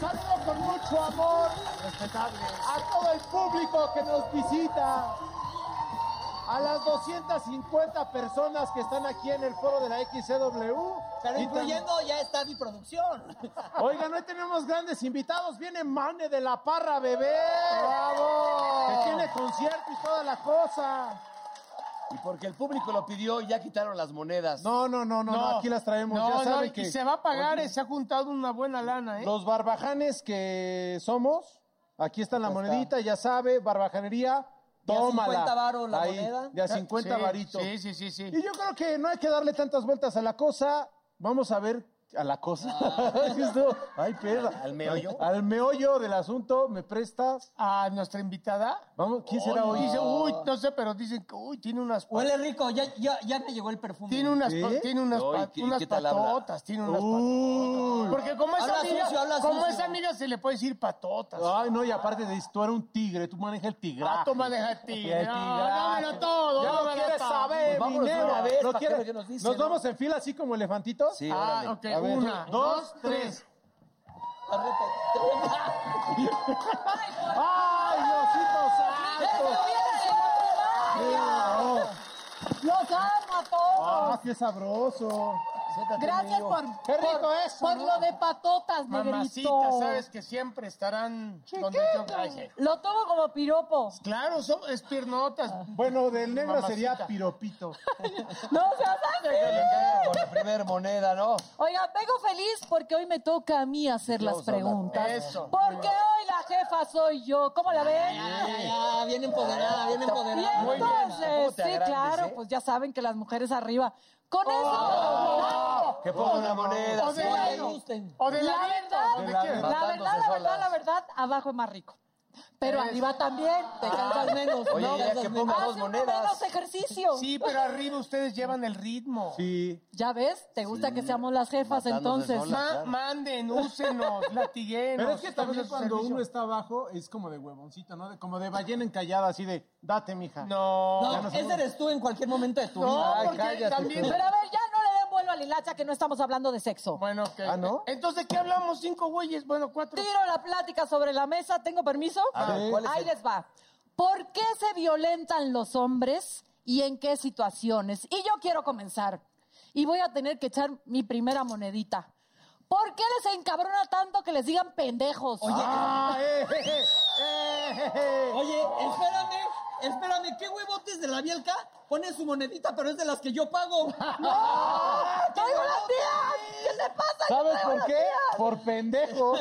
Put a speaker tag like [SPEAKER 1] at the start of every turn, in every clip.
[SPEAKER 1] Saludo con mucho amor a todo el público que nos visita, a las 250 personas que están aquí en el foro de la XCW.
[SPEAKER 2] Pero
[SPEAKER 1] Y
[SPEAKER 2] incluyendo ya está mi producción.
[SPEAKER 1] tam- Oigan, hoy tenemos grandes invitados. Viene Mane de la Parra, bebé. ¡Bravo! Que tiene concierto y toda la cosa.
[SPEAKER 3] Y porque el público lo pidió, ya quitaron las monedas.
[SPEAKER 1] No, no, no, no, no, aquí las traemos.
[SPEAKER 4] No,
[SPEAKER 1] ya
[SPEAKER 4] no,
[SPEAKER 1] saben
[SPEAKER 4] y
[SPEAKER 1] que
[SPEAKER 4] se va a pagar, eh, se ha juntado una buena lana, ¿eh?
[SPEAKER 1] los barbajanes que somos, aquí está la monedita, ya sabe, barbajanería,
[SPEAKER 2] De a
[SPEAKER 1] tómala.
[SPEAKER 2] 50 varo la
[SPEAKER 1] Ahí,
[SPEAKER 2] moneda.
[SPEAKER 1] De a 50
[SPEAKER 4] Sí,
[SPEAKER 1] varitos.
[SPEAKER 4] Sí, sí, sí, sí.
[SPEAKER 1] Y yo creo que no hay que darle tantas vueltas a la cosa. Vamos a ver a la cosa. ¿Qué estuvo? Ay, perra.
[SPEAKER 3] Ah. ¿Al meollo?
[SPEAKER 1] Al meollo del asunto, ¿me prestas?
[SPEAKER 4] A nuestra invitada.
[SPEAKER 1] Vamos, ¿quién será hoy?
[SPEAKER 4] Dice, uy, no sé, pero dicen que, uy, tiene unas pa-
[SPEAKER 2] Huele rico, ya, ya, ya me llegó el perfume.
[SPEAKER 4] tiene unas,
[SPEAKER 1] ¿Sí?
[SPEAKER 4] pa- tiene unas, pa-
[SPEAKER 3] Ay, ¿qué-
[SPEAKER 4] unas
[SPEAKER 3] qué tal habla?
[SPEAKER 4] patotas, tiene unas
[SPEAKER 1] Uy.
[SPEAKER 4] patotas. Porque como es
[SPEAKER 2] Habla
[SPEAKER 4] amiga,
[SPEAKER 2] sucio, habla
[SPEAKER 4] como
[SPEAKER 2] sucio.
[SPEAKER 4] es amiga se le puede decir patotas.
[SPEAKER 1] Ay, no, y aparte de tú eres un tigre, tú manejas el tigraje.
[SPEAKER 4] Ah, toma, deja ti.
[SPEAKER 1] El
[SPEAKER 4] No,
[SPEAKER 1] tigraje.
[SPEAKER 4] dámelo todo.
[SPEAKER 1] Ya no
[SPEAKER 4] dámelo
[SPEAKER 1] quieres
[SPEAKER 4] todo. Pues
[SPEAKER 1] saber,
[SPEAKER 3] vámonos de
[SPEAKER 1] dinero.
[SPEAKER 3] una vez,
[SPEAKER 1] ¿No
[SPEAKER 3] ¿para qué
[SPEAKER 1] quieres?
[SPEAKER 3] no nos dice,
[SPEAKER 1] ¿Nos
[SPEAKER 3] no?
[SPEAKER 1] vamos en fila así como elefantitos?
[SPEAKER 3] Sí,
[SPEAKER 4] Ah,
[SPEAKER 3] órale.
[SPEAKER 4] ok,
[SPEAKER 1] A ver,
[SPEAKER 4] una, dos, tres.
[SPEAKER 2] La reta- te voy a-
[SPEAKER 1] ¡Ay, Diosito santo!
[SPEAKER 2] ¡Los amo a
[SPEAKER 5] Oh,
[SPEAKER 2] todos!
[SPEAKER 1] ¡Ah, qué sabroso!
[SPEAKER 3] Siéntate,
[SPEAKER 2] Gracias
[SPEAKER 3] amigo.
[SPEAKER 2] por,
[SPEAKER 1] Qué rico
[SPEAKER 2] por-
[SPEAKER 1] eso,
[SPEAKER 2] por
[SPEAKER 1] ¿no?
[SPEAKER 2] lo de patotas,
[SPEAKER 4] Mamacita,
[SPEAKER 2] negrito.
[SPEAKER 4] sabes que siempre estarán donde yo vaya.
[SPEAKER 2] Lo tomo como piropo.
[SPEAKER 4] Claro, son espiernotas.
[SPEAKER 2] Ah.
[SPEAKER 1] Bueno, del negro
[SPEAKER 4] Mamacita.
[SPEAKER 1] sería piropito.
[SPEAKER 2] No seas así.
[SPEAKER 3] Con la primera moneda, ¿no?
[SPEAKER 5] Oiga, vengo feliz porque hoy me toca a mí hacer las
[SPEAKER 3] vamos a hablar.
[SPEAKER 5] preguntas.
[SPEAKER 4] Eso.
[SPEAKER 5] Porque hoy la jefa soy yo. ¿Cómo la ven?
[SPEAKER 2] Ya, ya, bien empoderada, bien
[SPEAKER 5] Y
[SPEAKER 2] empoderada.
[SPEAKER 3] Muy bien. ¿Cómo
[SPEAKER 5] entonces,
[SPEAKER 3] te
[SPEAKER 5] sí,
[SPEAKER 3] agrandes,
[SPEAKER 5] claro,
[SPEAKER 3] eh?
[SPEAKER 5] pues ya saben que las mujeres arriba. Con eso.
[SPEAKER 3] Que ponga una moneda.
[SPEAKER 4] O
[SPEAKER 3] sí.
[SPEAKER 4] de,
[SPEAKER 2] no
[SPEAKER 4] la,
[SPEAKER 2] le gusten.
[SPEAKER 4] o de la
[SPEAKER 5] La
[SPEAKER 4] viento,
[SPEAKER 5] verdad,
[SPEAKER 4] donde
[SPEAKER 5] la
[SPEAKER 4] quieras.
[SPEAKER 5] verdad, la verdad,
[SPEAKER 3] Matándose
[SPEAKER 5] la verdad,
[SPEAKER 3] solas.
[SPEAKER 5] abajo es más rico. Pero
[SPEAKER 4] Eso.
[SPEAKER 5] arriba también.
[SPEAKER 2] Te cansas menos.
[SPEAKER 3] Oye,
[SPEAKER 2] ¿no?
[SPEAKER 3] ya
[SPEAKER 2] Cansas
[SPEAKER 3] que
[SPEAKER 2] menos.
[SPEAKER 3] ponga
[SPEAKER 5] Hace
[SPEAKER 3] dos
[SPEAKER 5] uno
[SPEAKER 3] monedas.
[SPEAKER 5] menos ejercicio.
[SPEAKER 4] Sí, pero arriba ustedes llevan el ritmo.
[SPEAKER 1] Sí.
[SPEAKER 5] Ya ves, te gusta que seamos las jefas
[SPEAKER 3] Matándose
[SPEAKER 5] entonces.
[SPEAKER 3] solas.
[SPEAKER 4] Ma-
[SPEAKER 3] Claro.
[SPEAKER 4] Manden, úsenos, latiguenos.
[SPEAKER 1] Pero es que también
[SPEAKER 4] estamos a su
[SPEAKER 1] cuando
[SPEAKER 4] servicio.
[SPEAKER 1] uno está abajo es como de huevoncito, ¿no? De- como de ballena encallada, así de, date, mija.
[SPEAKER 4] No.
[SPEAKER 2] No, ese eres tú en cualquier momento de tu
[SPEAKER 4] No,
[SPEAKER 2] vida.
[SPEAKER 1] Ay,
[SPEAKER 4] porque
[SPEAKER 1] cállate, pues.
[SPEAKER 4] también...
[SPEAKER 5] Pero a ver, ya no le den vuelo a la hilacha que no estamos hablando de sexo.
[SPEAKER 4] Bueno, que...
[SPEAKER 1] Ah, ¿no?
[SPEAKER 4] Entonces, ¿qué hablamos? Cinco güeyes, bueno, cuatro.
[SPEAKER 5] Tiro la plática sobre la mesa. ¿Tengo permiso?
[SPEAKER 3] A ver, ¿cuál es
[SPEAKER 5] Ahí
[SPEAKER 3] el-
[SPEAKER 5] les va. ¿Por qué se violentan los hombres y en qué situaciones? Y yo quiero comenzar. Y voy a tener que echar mi primera monedita. ¿Por qué les encabrona tanto que les digan pendejos?
[SPEAKER 1] ¡Ah, eh, eh, eh, eh, eh, eh!
[SPEAKER 2] Oye, espérame, espérame, ¿qué huevotes de la bielca? Pone su monedita, pero es de las que yo pago.
[SPEAKER 5] ¡No! ¡Traigo las mías! ¿Qué te pasa? Yo
[SPEAKER 1] ¿Sabes
[SPEAKER 5] traigo
[SPEAKER 1] por
[SPEAKER 5] las
[SPEAKER 1] qué?
[SPEAKER 5] mías.
[SPEAKER 1] Por pendejo.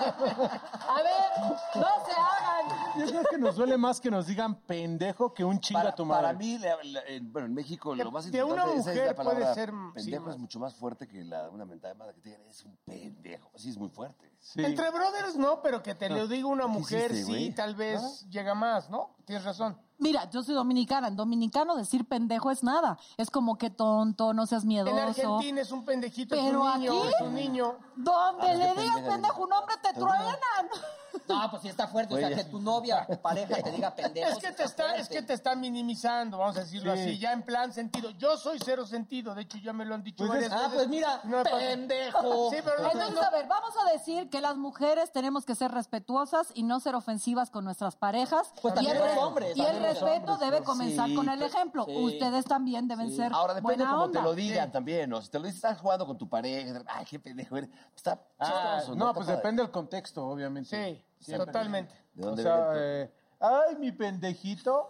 [SPEAKER 5] A ver, no se hagan.
[SPEAKER 1] Yo creo que nos duele más que nos digan pendejo que un chinga
[SPEAKER 3] Para,
[SPEAKER 1] a tu madre.
[SPEAKER 3] para mí, la- la- en- bueno, en México lo más
[SPEAKER 4] De
[SPEAKER 3] importante
[SPEAKER 4] una
[SPEAKER 3] es- es
[SPEAKER 4] mujer
[SPEAKER 3] la palabra
[SPEAKER 4] puede ser, sí,
[SPEAKER 3] pendejo
[SPEAKER 4] más.
[SPEAKER 3] es mucho más fuerte que la, una mentada de madre que te digan, es un pendejo. Sí, es muy fuerte.
[SPEAKER 1] Sí.
[SPEAKER 4] Entre brothers no, pero que te lo diga una mujer,
[SPEAKER 3] hiciste,
[SPEAKER 4] sí,
[SPEAKER 3] güey?
[SPEAKER 4] tal vez
[SPEAKER 1] Ah.
[SPEAKER 4] llega más, ¿no? Tienes razón.
[SPEAKER 5] Mira, yo soy dominicana. En dominicano decir pendejo es nada. Es como que tonto, no seas miedoso.
[SPEAKER 4] En Argentina es un pendejito, es
[SPEAKER 5] Pero
[SPEAKER 4] un niño,
[SPEAKER 5] aquí-
[SPEAKER 4] es un niño.
[SPEAKER 5] Donde
[SPEAKER 3] Ah,
[SPEAKER 5] le
[SPEAKER 3] qué
[SPEAKER 5] digas
[SPEAKER 3] pendeja,
[SPEAKER 5] pendejo a un hombre te
[SPEAKER 3] ¿Seguro?
[SPEAKER 5] truenan.
[SPEAKER 2] No, pues sí está fuerte. O sea, que tu novia o pareja te diga pendejo.
[SPEAKER 4] Es
[SPEAKER 2] sí
[SPEAKER 4] que, te está, es que
[SPEAKER 2] fuerte.
[SPEAKER 4] te está minimizando, vamos a decirlo
[SPEAKER 6] Sí.
[SPEAKER 4] así, ya en plan sentido. Yo soy cero sentido, de hecho ya me lo han dicho
[SPEAKER 6] Pues
[SPEAKER 4] varias
[SPEAKER 6] es-
[SPEAKER 2] Ah,
[SPEAKER 4] veces.
[SPEAKER 2] pues mira,
[SPEAKER 4] No me pasa-
[SPEAKER 2] pendejo. Pues
[SPEAKER 4] Sí, pero no-
[SPEAKER 5] Entonces, a ver, vamos a decir que las mujeres tenemos que ser respetuosas y no ser ofensivas con nuestras parejas.
[SPEAKER 2] Pues
[SPEAKER 5] y
[SPEAKER 2] también
[SPEAKER 5] el,
[SPEAKER 2] los
[SPEAKER 5] re-
[SPEAKER 2] hombres,
[SPEAKER 5] y el
[SPEAKER 2] también los
[SPEAKER 5] respeto
[SPEAKER 2] hombres,
[SPEAKER 5] debe
[SPEAKER 2] ¿no?
[SPEAKER 5] comenzar
[SPEAKER 2] Sí,
[SPEAKER 5] con el
[SPEAKER 2] pe-
[SPEAKER 5] ejemplo.
[SPEAKER 2] sí.
[SPEAKER 5] Ustedes también deben
[SPEAKER 2] Sí.
[SPEAKER 5] ser
[SPEAKER 6] Ahora depende
[SPEAKER 5] buena
[SPEAKER 6] cómo
[SPEAKER 5] onda.
[SPEAKER 6] te lo digan también, ¿no? Si te lo dices, estás jugando con tu pareja, ay, qué pendejo eres. Está
[SPEAKER 1] Ah,
[SPEAKER 6] chistoso,
[SPEAKER 1] no,
[SPEAKER 6] Está
[SPEAKER 1] pues
[SPEAKER 6] padre.
[SPEAKER 1] depende del contexto, obviamente.
[SPEAKER 4] Sí, totalmente.
[SPEAKER 6] ¿De dónde
[SPEAKER 1] o sea,
[SPEAKER 6] viene el-
[SPEAKER 1] eh, ay, mi pendejito.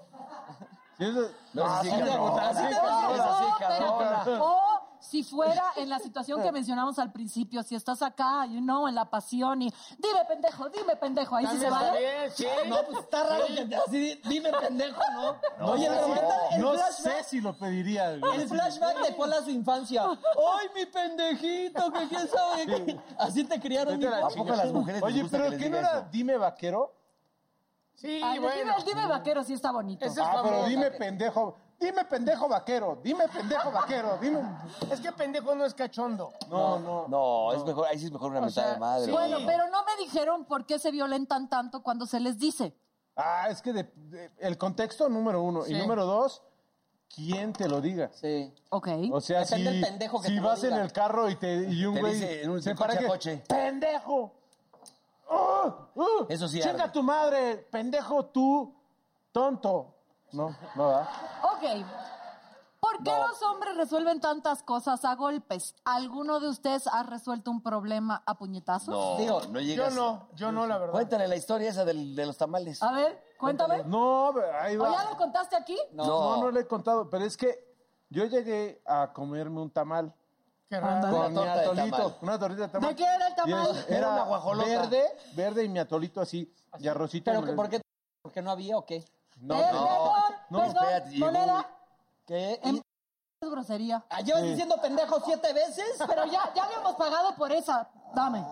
[SPEAKER 1] Sí, eso-
[SPEAKER 6] No,
[SPEAKER 1] Ah,
[SPEAKER 6] sí,
[SPEAKER 1] sí,
[SPEAKER 6] cabrón.
[SPEAKER 1] cabrón.
[SPEAKER 6] Sí,
[SPEAKER 5] Pero
[SPEAKER 6] cabrón.
[SPEAKER 5] si no,
[SPEAKER 6] Sí,
[SPEAKER 5] espérate,
[SPEAKER 6] cabrón.
[SPEAKER 5] o si fuera en la situación que mencionamos al principio, si estás acá, you know, en la pasión y dime pendejo, dime pendejo, ahí sí se
[SPEAKER 4] También está
[SPEAKER 5] vale.
[SPEAKER 4] bien, sí.
[SPEAKER 2] No, pues está raro que así, dime pendejo, ¿no? Oye, pero ¿qué tal el
[SPEAKER 1] No sé
[SPEAKER 2] flashback? pues,
[SPEAKER 1] si lo pediría. güey.
[SPEAKER 2] El flashback de Pola a su infancia. ¡Ay, mi pendejito! Que quién sabe qué. Así te criaron.
[SPEAKER 1] Vete a la
[SPEAKER 2] hijo.
[SPEAKER 6] ¿A poco a las mujeres les
[SPEAKER 1] Oye,
[SPEAKER 6] gusta que
[SPEAKER 1] pero
[SPEAKER 6] les
[SPEAKER 1] ¿qué no
[SPEAKER 6] diga
[SPEAKER 1] era
[SPEAKER 6] eso?
[SPEAKER 1] dime vaquero?
[SPEAKER 4] Sí,
[SPEAKER 5] Ay,
[SPEAKER 4] bueno.
[SPEAKER 5] el dime vaquero sí está bonito.
[SPEAKER 4] Ese es
[SPEAKER 1] Ah, pero
[SPEAKER 4] famoso.
[SPEAKER 1] dime pendejo. Dime pendejo vaquero. Dime pendejo vaquero. Dime.
[SPEAKER 4] Es que pendejo no es cachondo.
[SPEAKER 1] No, no.
[SPEAKER 6] No, es mejor, ahí sí es mejor una
[SPEAKER 4] O
[SPEAKER 6] mentada
[SPEAKER 4] sea,
[SPEAKER 6] de madre.
[SPEAKER 4] sí.
[SPEAKER 5] Bueno,
[SPEAKER 6] güey.
[SPEAKER 5] pero no me dijeron por qué se violentan tanto cuando se les dice.
[SPEAKER 1] Ah, es que de- de- el contexto número uno. Y
[SPEAKER 4] Sí.
[SPEAKER 1] número dos, ¿quién te lo diga?
[SPEAKER 2] Sí.
[SPEAKER 5] Ok.
[SPEAKER 1] O sea, si,
[SPEAKER 2] Depende del pendejo que
[SPEAKER 1] si
[SPEAKER 2] te lo
[SPEAKER 1] vas en
[SPEAKER 2] diga.
[SPEAKER 1] el carro y, te, y un
[SPEAKER 6] Te
[SPEAKER 1] güey
[SPEAKER 6] dice en un-
[SPEAKER 1] se
[SPEAKER 6] de
[SPEAKER 1] para
[SPEAKER 6] coche a
[SPEAKER 1] que,
[SPEAKER 6] coche.
[SPEAKER 1] ¡Pendejo! ¡Ah! ¡Ah!
[SPEAKER 6] Eso sí
[SPEAKER 1] ¡Chinga
[SPEAKER 6] arde.
[SPEAKER 1] tu madre! ¡Pendejo tú! ¡Tonto! No, no va.
[SPEAKER 5] Ok. ¿Por qué los hombres resuelven tantas cosas a golpes? ¿Alguno de ustedes ha resuelto un problema a puñetazos?
[SPEAKER 6] No,
[SPEAKER 2] Digo,
[SPEAKER 6] no
[SPEAKER 4] Yo
[SPEAKER 6] llegas.
[SPEAKER 4] no, yo no, la verdad.
[SPEAKER 6] Cuéntale la historia esa del- de los tamales.
[SPEAKER 4] Ah,
[SPEAKER 5] A ver, cuéntame.
[SPEAKER 1] No, ahí
[SPEAKER 5] ¿O ya
[SPEAKER 1] va.
[SPEAKER 5] lo contaste aquí?
[SPEAKER 1] No. no, le he contado, pero es que yo llegué a comerme un tamal.
[SPEAKER 4] Qué raro.
[SPEAKER 5] Ándale.
[SPEAKER 6] Una
[SPEAKER 1] Con mi
[SPEAKER 6] torta de
[SPEAKER 1] atolito,
[SPEAKER 6] tamal.
[SPEAKER 1] una tortita de tamal.
[SPEAKER 5] ¿De qué era el tamal?
[SPEAKER 1] Y es-
[SPEAKER 2] Era
[SPEAKER 1] era
[SPEAKER 2] una guajolota.
[SPEAKER 1] verde, verde y mi atolito así, y arrocito.
[SPEAKER 2] ¿Pero
[SPEAKER 1] Me
[SPEAKER 2] que-
[SPEAKER 1] lo-
[SPEAKER 2] por qué? ¿Porque no había o qué?
[SPEAKER 1] No,
[SPEAKER 5] Eh,
[SPEAKER 1] no.
[SPEAKER 5] perdón,
[SPEAKER 1] no,
[SPEAKER 5] perdón,
[SPEAKER 6] espérate, llegó
[SPEAKER 5] moneda,
[SPEAKER 2] ¿Qué?
[SPEAKER 5] En- es grosería.
[SPEAKER 2] Ah, ¿Llevas diciendo pendejo siete veces?
[SPEAKER 5] Pero ya, ya habíamos pagado por esa. Dame.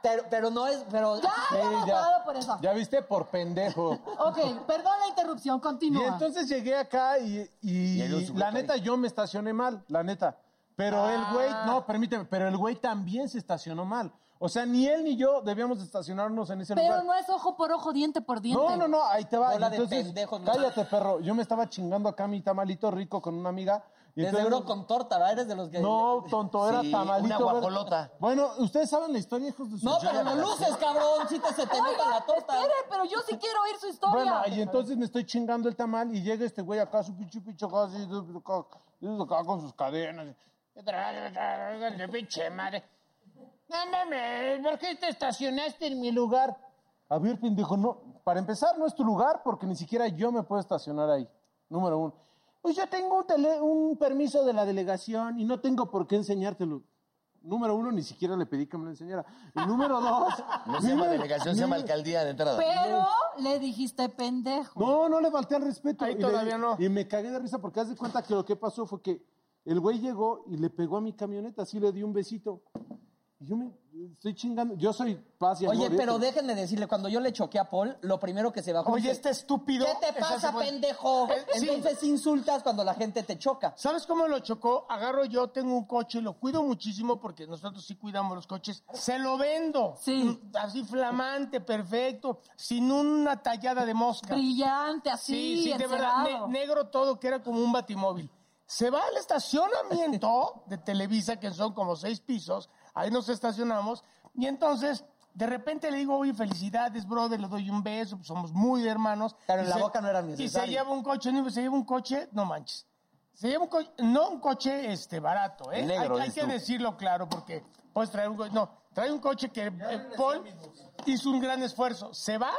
[SPEAKER 2] Pero, pero no es... Pero...
[SPEAKER 5] Ya
[SPEAKER 1] Sí,
[SPEAKER 5] habíamos pagado por esa.
[SPEAKER 1] ya viste, por pendejo.
[SPEAKER 5] Ok, perdón la interrupción,
[SPEAKER 1] Y
[SPEAKER 5] continúa.
[SPEAKER 1] entonces llegué acá y, y
[SPEAKER 6] Y hay un sujeto
[SPEAKER 1] la neta
[SPEAKER 6] ahí.
[SPEAKER 1] yo me estacioné mal, la neta. Pero el güey, no, permíteme, pero el güey también se estacionó mal. O sea, ni él ni yo debíamos estacionarnos en ese
[SPEAKER 5] Pero
[SPEAKER 1] lugar.
[SPEAKER 5] no es ojo por ojo, diente por diente.
[SPEAKER 1] No, no, no, ahí te va.
[SPEAKER 2] Bola
[SPEAKER 1] Y
[SPEAKER 2] de
[SPEAKER 1] entonces,
[SPEAKER 2] pendejos, no.
[SPEAKER 1] cállate, perro. Yo me estaba chingando acá mi tamalito rico con una amiga. Y
[SPEAKER 2] Desde
[SPEAKER 1] entonces-
[SPEAKER 2] seguro con torta, ¿verdad? Eres de los que...
[SPEAKER 1] No, tonto, era
[SPEAKER 6] Sí,
[SPEAKER 1] tamalito.
[SPEAKER 6] una
[SPEAKER 1] verde.
[SPEAKER 6] guajolota.
[SPEAKER 1] Bueno, ustedes saben la historia, hijos de su...
[SPEAKER 2] No, pero no luces, cabrón. Si te, se te nota la torta.
[SPEAKER 5] esperen, pero yo sí quiero oír su historia.
[SPEAKER 1] Bueno, y entonces me estoy chingando el tamal y llega este güey acá, su pinche pinche acá, así, acá con sus cadenas.
[SPEAKER 4] De pinche madre. No mames, ¿por qué te estacionaste en mi lugar?
[SPEAKER 1] A ver, pendejo, no. Para empezar, no es tu lugar porque ni siquiera yo me puedo estacionar ahí. Número uno. Pues yo tengo un, tele- un permiso de la delegación y no tengo por qué enseñártelo. Número uno, ni siquiera le pedí que me lo enseñara. Y número dos.
[SPEAKER 6] No se llama
[SPEAKER 1] dime-
[SPEAKER 6] delegación, se llama
[SPEAKER 1] dime-
[SPEAKER 6] alcaldía de entrada.
[SPEAKER 5] Pero le dijiste pendejo.
[SPEAKER 1] No, no le falté al respeto. Y
[SPEAKER 4] Ahí
[SPEAKER 1] le-
[SPEAKER 4] todavía no.
[SPEAKER 1] Y me cagué de risa porque haz de cuenta que lo que pasó fue que el güey llegó y le pegó a mi camioneta, así le di un besito. Y yo me estoy chingando. Yo soy paz y amor. ¿eh?
[SPEAKER 2] Oye,
[SPEAKER 1] y
[SPEAKER 2] pero
[SPEAKER 1] esto.
[SPEAKER 2] déjenme decirle, cuando yo le choqué a Paul, lo primero que se bajó...
[SPEAKER 4] Oye,
[SPEAKER 2] dice,
[SPEAKER 4] este estúpido.
[SPEAKER 2] ¿Qué te
[SPEAKER 4] Esa se
[SPEAKER 2] pasa,
[SPEAKER 4] fue-
[SPEAKER 2] pendejo?
[SPEAKER 4] Eh, sí.
[SPEAKER 2] Entonces insultas cuando la gente te choca.
[SPEAKER 4] ¿Sabes cómo lo chocó? Agarro yo, tengo un coche, lo cuido muchísimo porque nosotros sí cuidamos los coches. Se lo vendo.
[SPEAKER 5] Sí.
[SPEAKER 4] Mm, Así flamante, perfecto, sin una tallada de mosca.
[SPEAKER 5] Brillante, así,
[SPEAKER 4] Sí, sí, de verdad,
[SPEAKER 5] encerrado.
[SPEAKER 4] ne- negro todo, que era como un batimóvil. Se va al estacionamiento de Televisa, que son como seis pisos, ahí nos estacionamos, y entonces de repente le digo, oye, felicidades, brother, le doy un beso, pues, somos muy hermanos.
[SPEAKER 2] Pero en
[SPEAKER 4] Y
[SPEAKER 2] la
[SPEAKER 4] se-
[SPEAKER 2] boca no era
[SPEAKER 4] Y se
[SPEAKER 2] necesario.
[SPEAKER 4] lleva un coche, no, se lleva un coche, no manches. Se lleva un coche, no un coche este, barato, ¿eh?
[SPEAKER 6] El negro,
[SPEAKER 4] hay, hay
[SPEAKER 6] dices
[SPEAKER 4] que
[SPEAKER 6] tú.
[SPEAKER 4] decirlo claro, porque puedes traer un coche, no, trae un coche que eh, Paul hizo un gran esfuerzo. Se va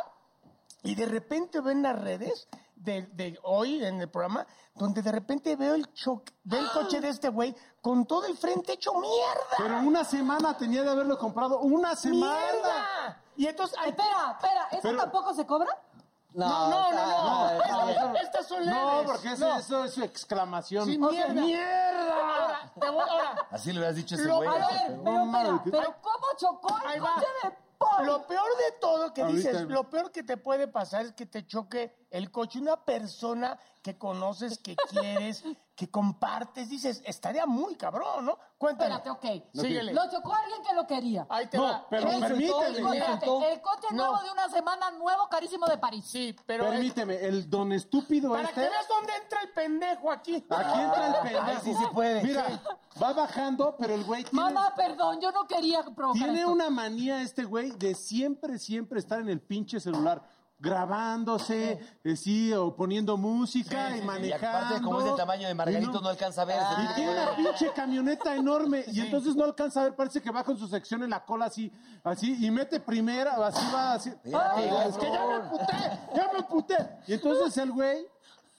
[SPEAKER 4] y de repente ven las redes de, de hoy en el programa, donde de repente veo el choque, veo el coche de este güey con todo el frente hecho mierda.
[SPEAKER 1] ¡Ah! Pero una semana tenía de haberlo comprado. ¡Una semana!
[SPEAKER 4] ¡Mierda! Y entonces, ay,
[SPEAKER 5] Espera, espera, ¿eso
[SPEAKER 1] Pero-
[SPEAKER 5] tampoco se cobra?
[SPEAKER 4] no, no, no, no,
[SPEAKER 2] está-
[SPEAKER 4] estas- estas son
[SPEAKER 1] No,
[SPEAKER 4] leves.
[SPEAKER 1] porque eso,
[SPEAKER 4] No.
[SPEAKER 1] eso es su exclamación.
[SPEAKER 4] Sí,
[SPEAKER 5] O sea,
[SPEAKER 4] mierda. Ahora, te voy, ahora,
[SPEAKER 6] Así le hubieras dicho a ese
[SPEAKER 4] Lo-
[SPEAKER 6] güey.
[SPEAKER 5] A ver,
[SPEAKER 4] Pero,
[SPEAKER 5] pero espera,
[SPEAKER 1] madre, ¿qué-
[SPEAKER 5] pero ¿cómo chocó
[SPEAKER 4] ahí
[SPEAKER 5] el
[SPEAKER 4] va.
[SPEAKER 5] coche de Paul?
[SPEAKER 4] Lo peor de todo que
[SPEAKER 1] Ahorita-
[SPEAKER 4] dices, lo peor que te puede pasar es que te choque el coche una persona que conoces, que quieres, que compartes. Dices, estaría muy cabrón, ¿no? Cuéntame.
[SPEAKER 5] Espérate, ok.
[SPEAKER 4] Síguele.
[SPEAKER 5] Lo chocó alguien que lo quería.
[SPEAKER 4] Ahí te
[SPEAKER 1] No,
[SPEAKER 4] va.
[SPEAKER 1] pero
[SPEAKER 4] Eso-
[SPEAKER 1] permíteme.
[SPEAKER 4] Mira,
[SPEAKER 5] Espérate, El coche
[SPEAKER 4] No.
[SPEAKER 5] nuevo de una semana, nuevo, carísimo de París.
[SPEAKER 4] Sí, pero... es-
[SPEAKER 1] Permíteme, el don estúpido
[SPEAKER 4] para
[SPEAKER 1] este.
[SPEAKER 4] que veas dónde entra el pendejo aquí.
[SPEAKER 1] Aquí entra el pendejo.
[SPEAKER 7] Ay, sí se puede.
[SPEAKER 1] Mira, va bajando, pero el güey tiene,
[SPEAKER 5] Mamá, perdón, yo no quería provocar
[SPEAKER 1] tiene
[SPEAKER 5] esto.
[SPEAKER 1] una manía este güey de siempre, siempre estar en el pinche celular. Grabándose, eh, sí, o poniendo música y
[SPEAKER 6] Y
[SPEAKER 1] manejando.
[SPEAKER 6] aparte, como es del tamaño de
[SPEAKER 1] Y
[SPEAKER 6] Margarito, no alcanza a ver. ese
[SPEAKER 1] Y
[SPEAKER 4] Ah.
[SPEAKER 6] tipo,
[SPEAKER 1] tiene
[SPEAKER 6] güey.
[SPEAKER 1] una pinche camioneta enorme y entonces no alcanza a ver, parece que va con su sección en la cola así, así, y mete primera, así va, así.
[SPEAKER 6] Ay,
[SPEAKER 1] Ay, es que ya me emputé, ya me emputé. Y entonces el güey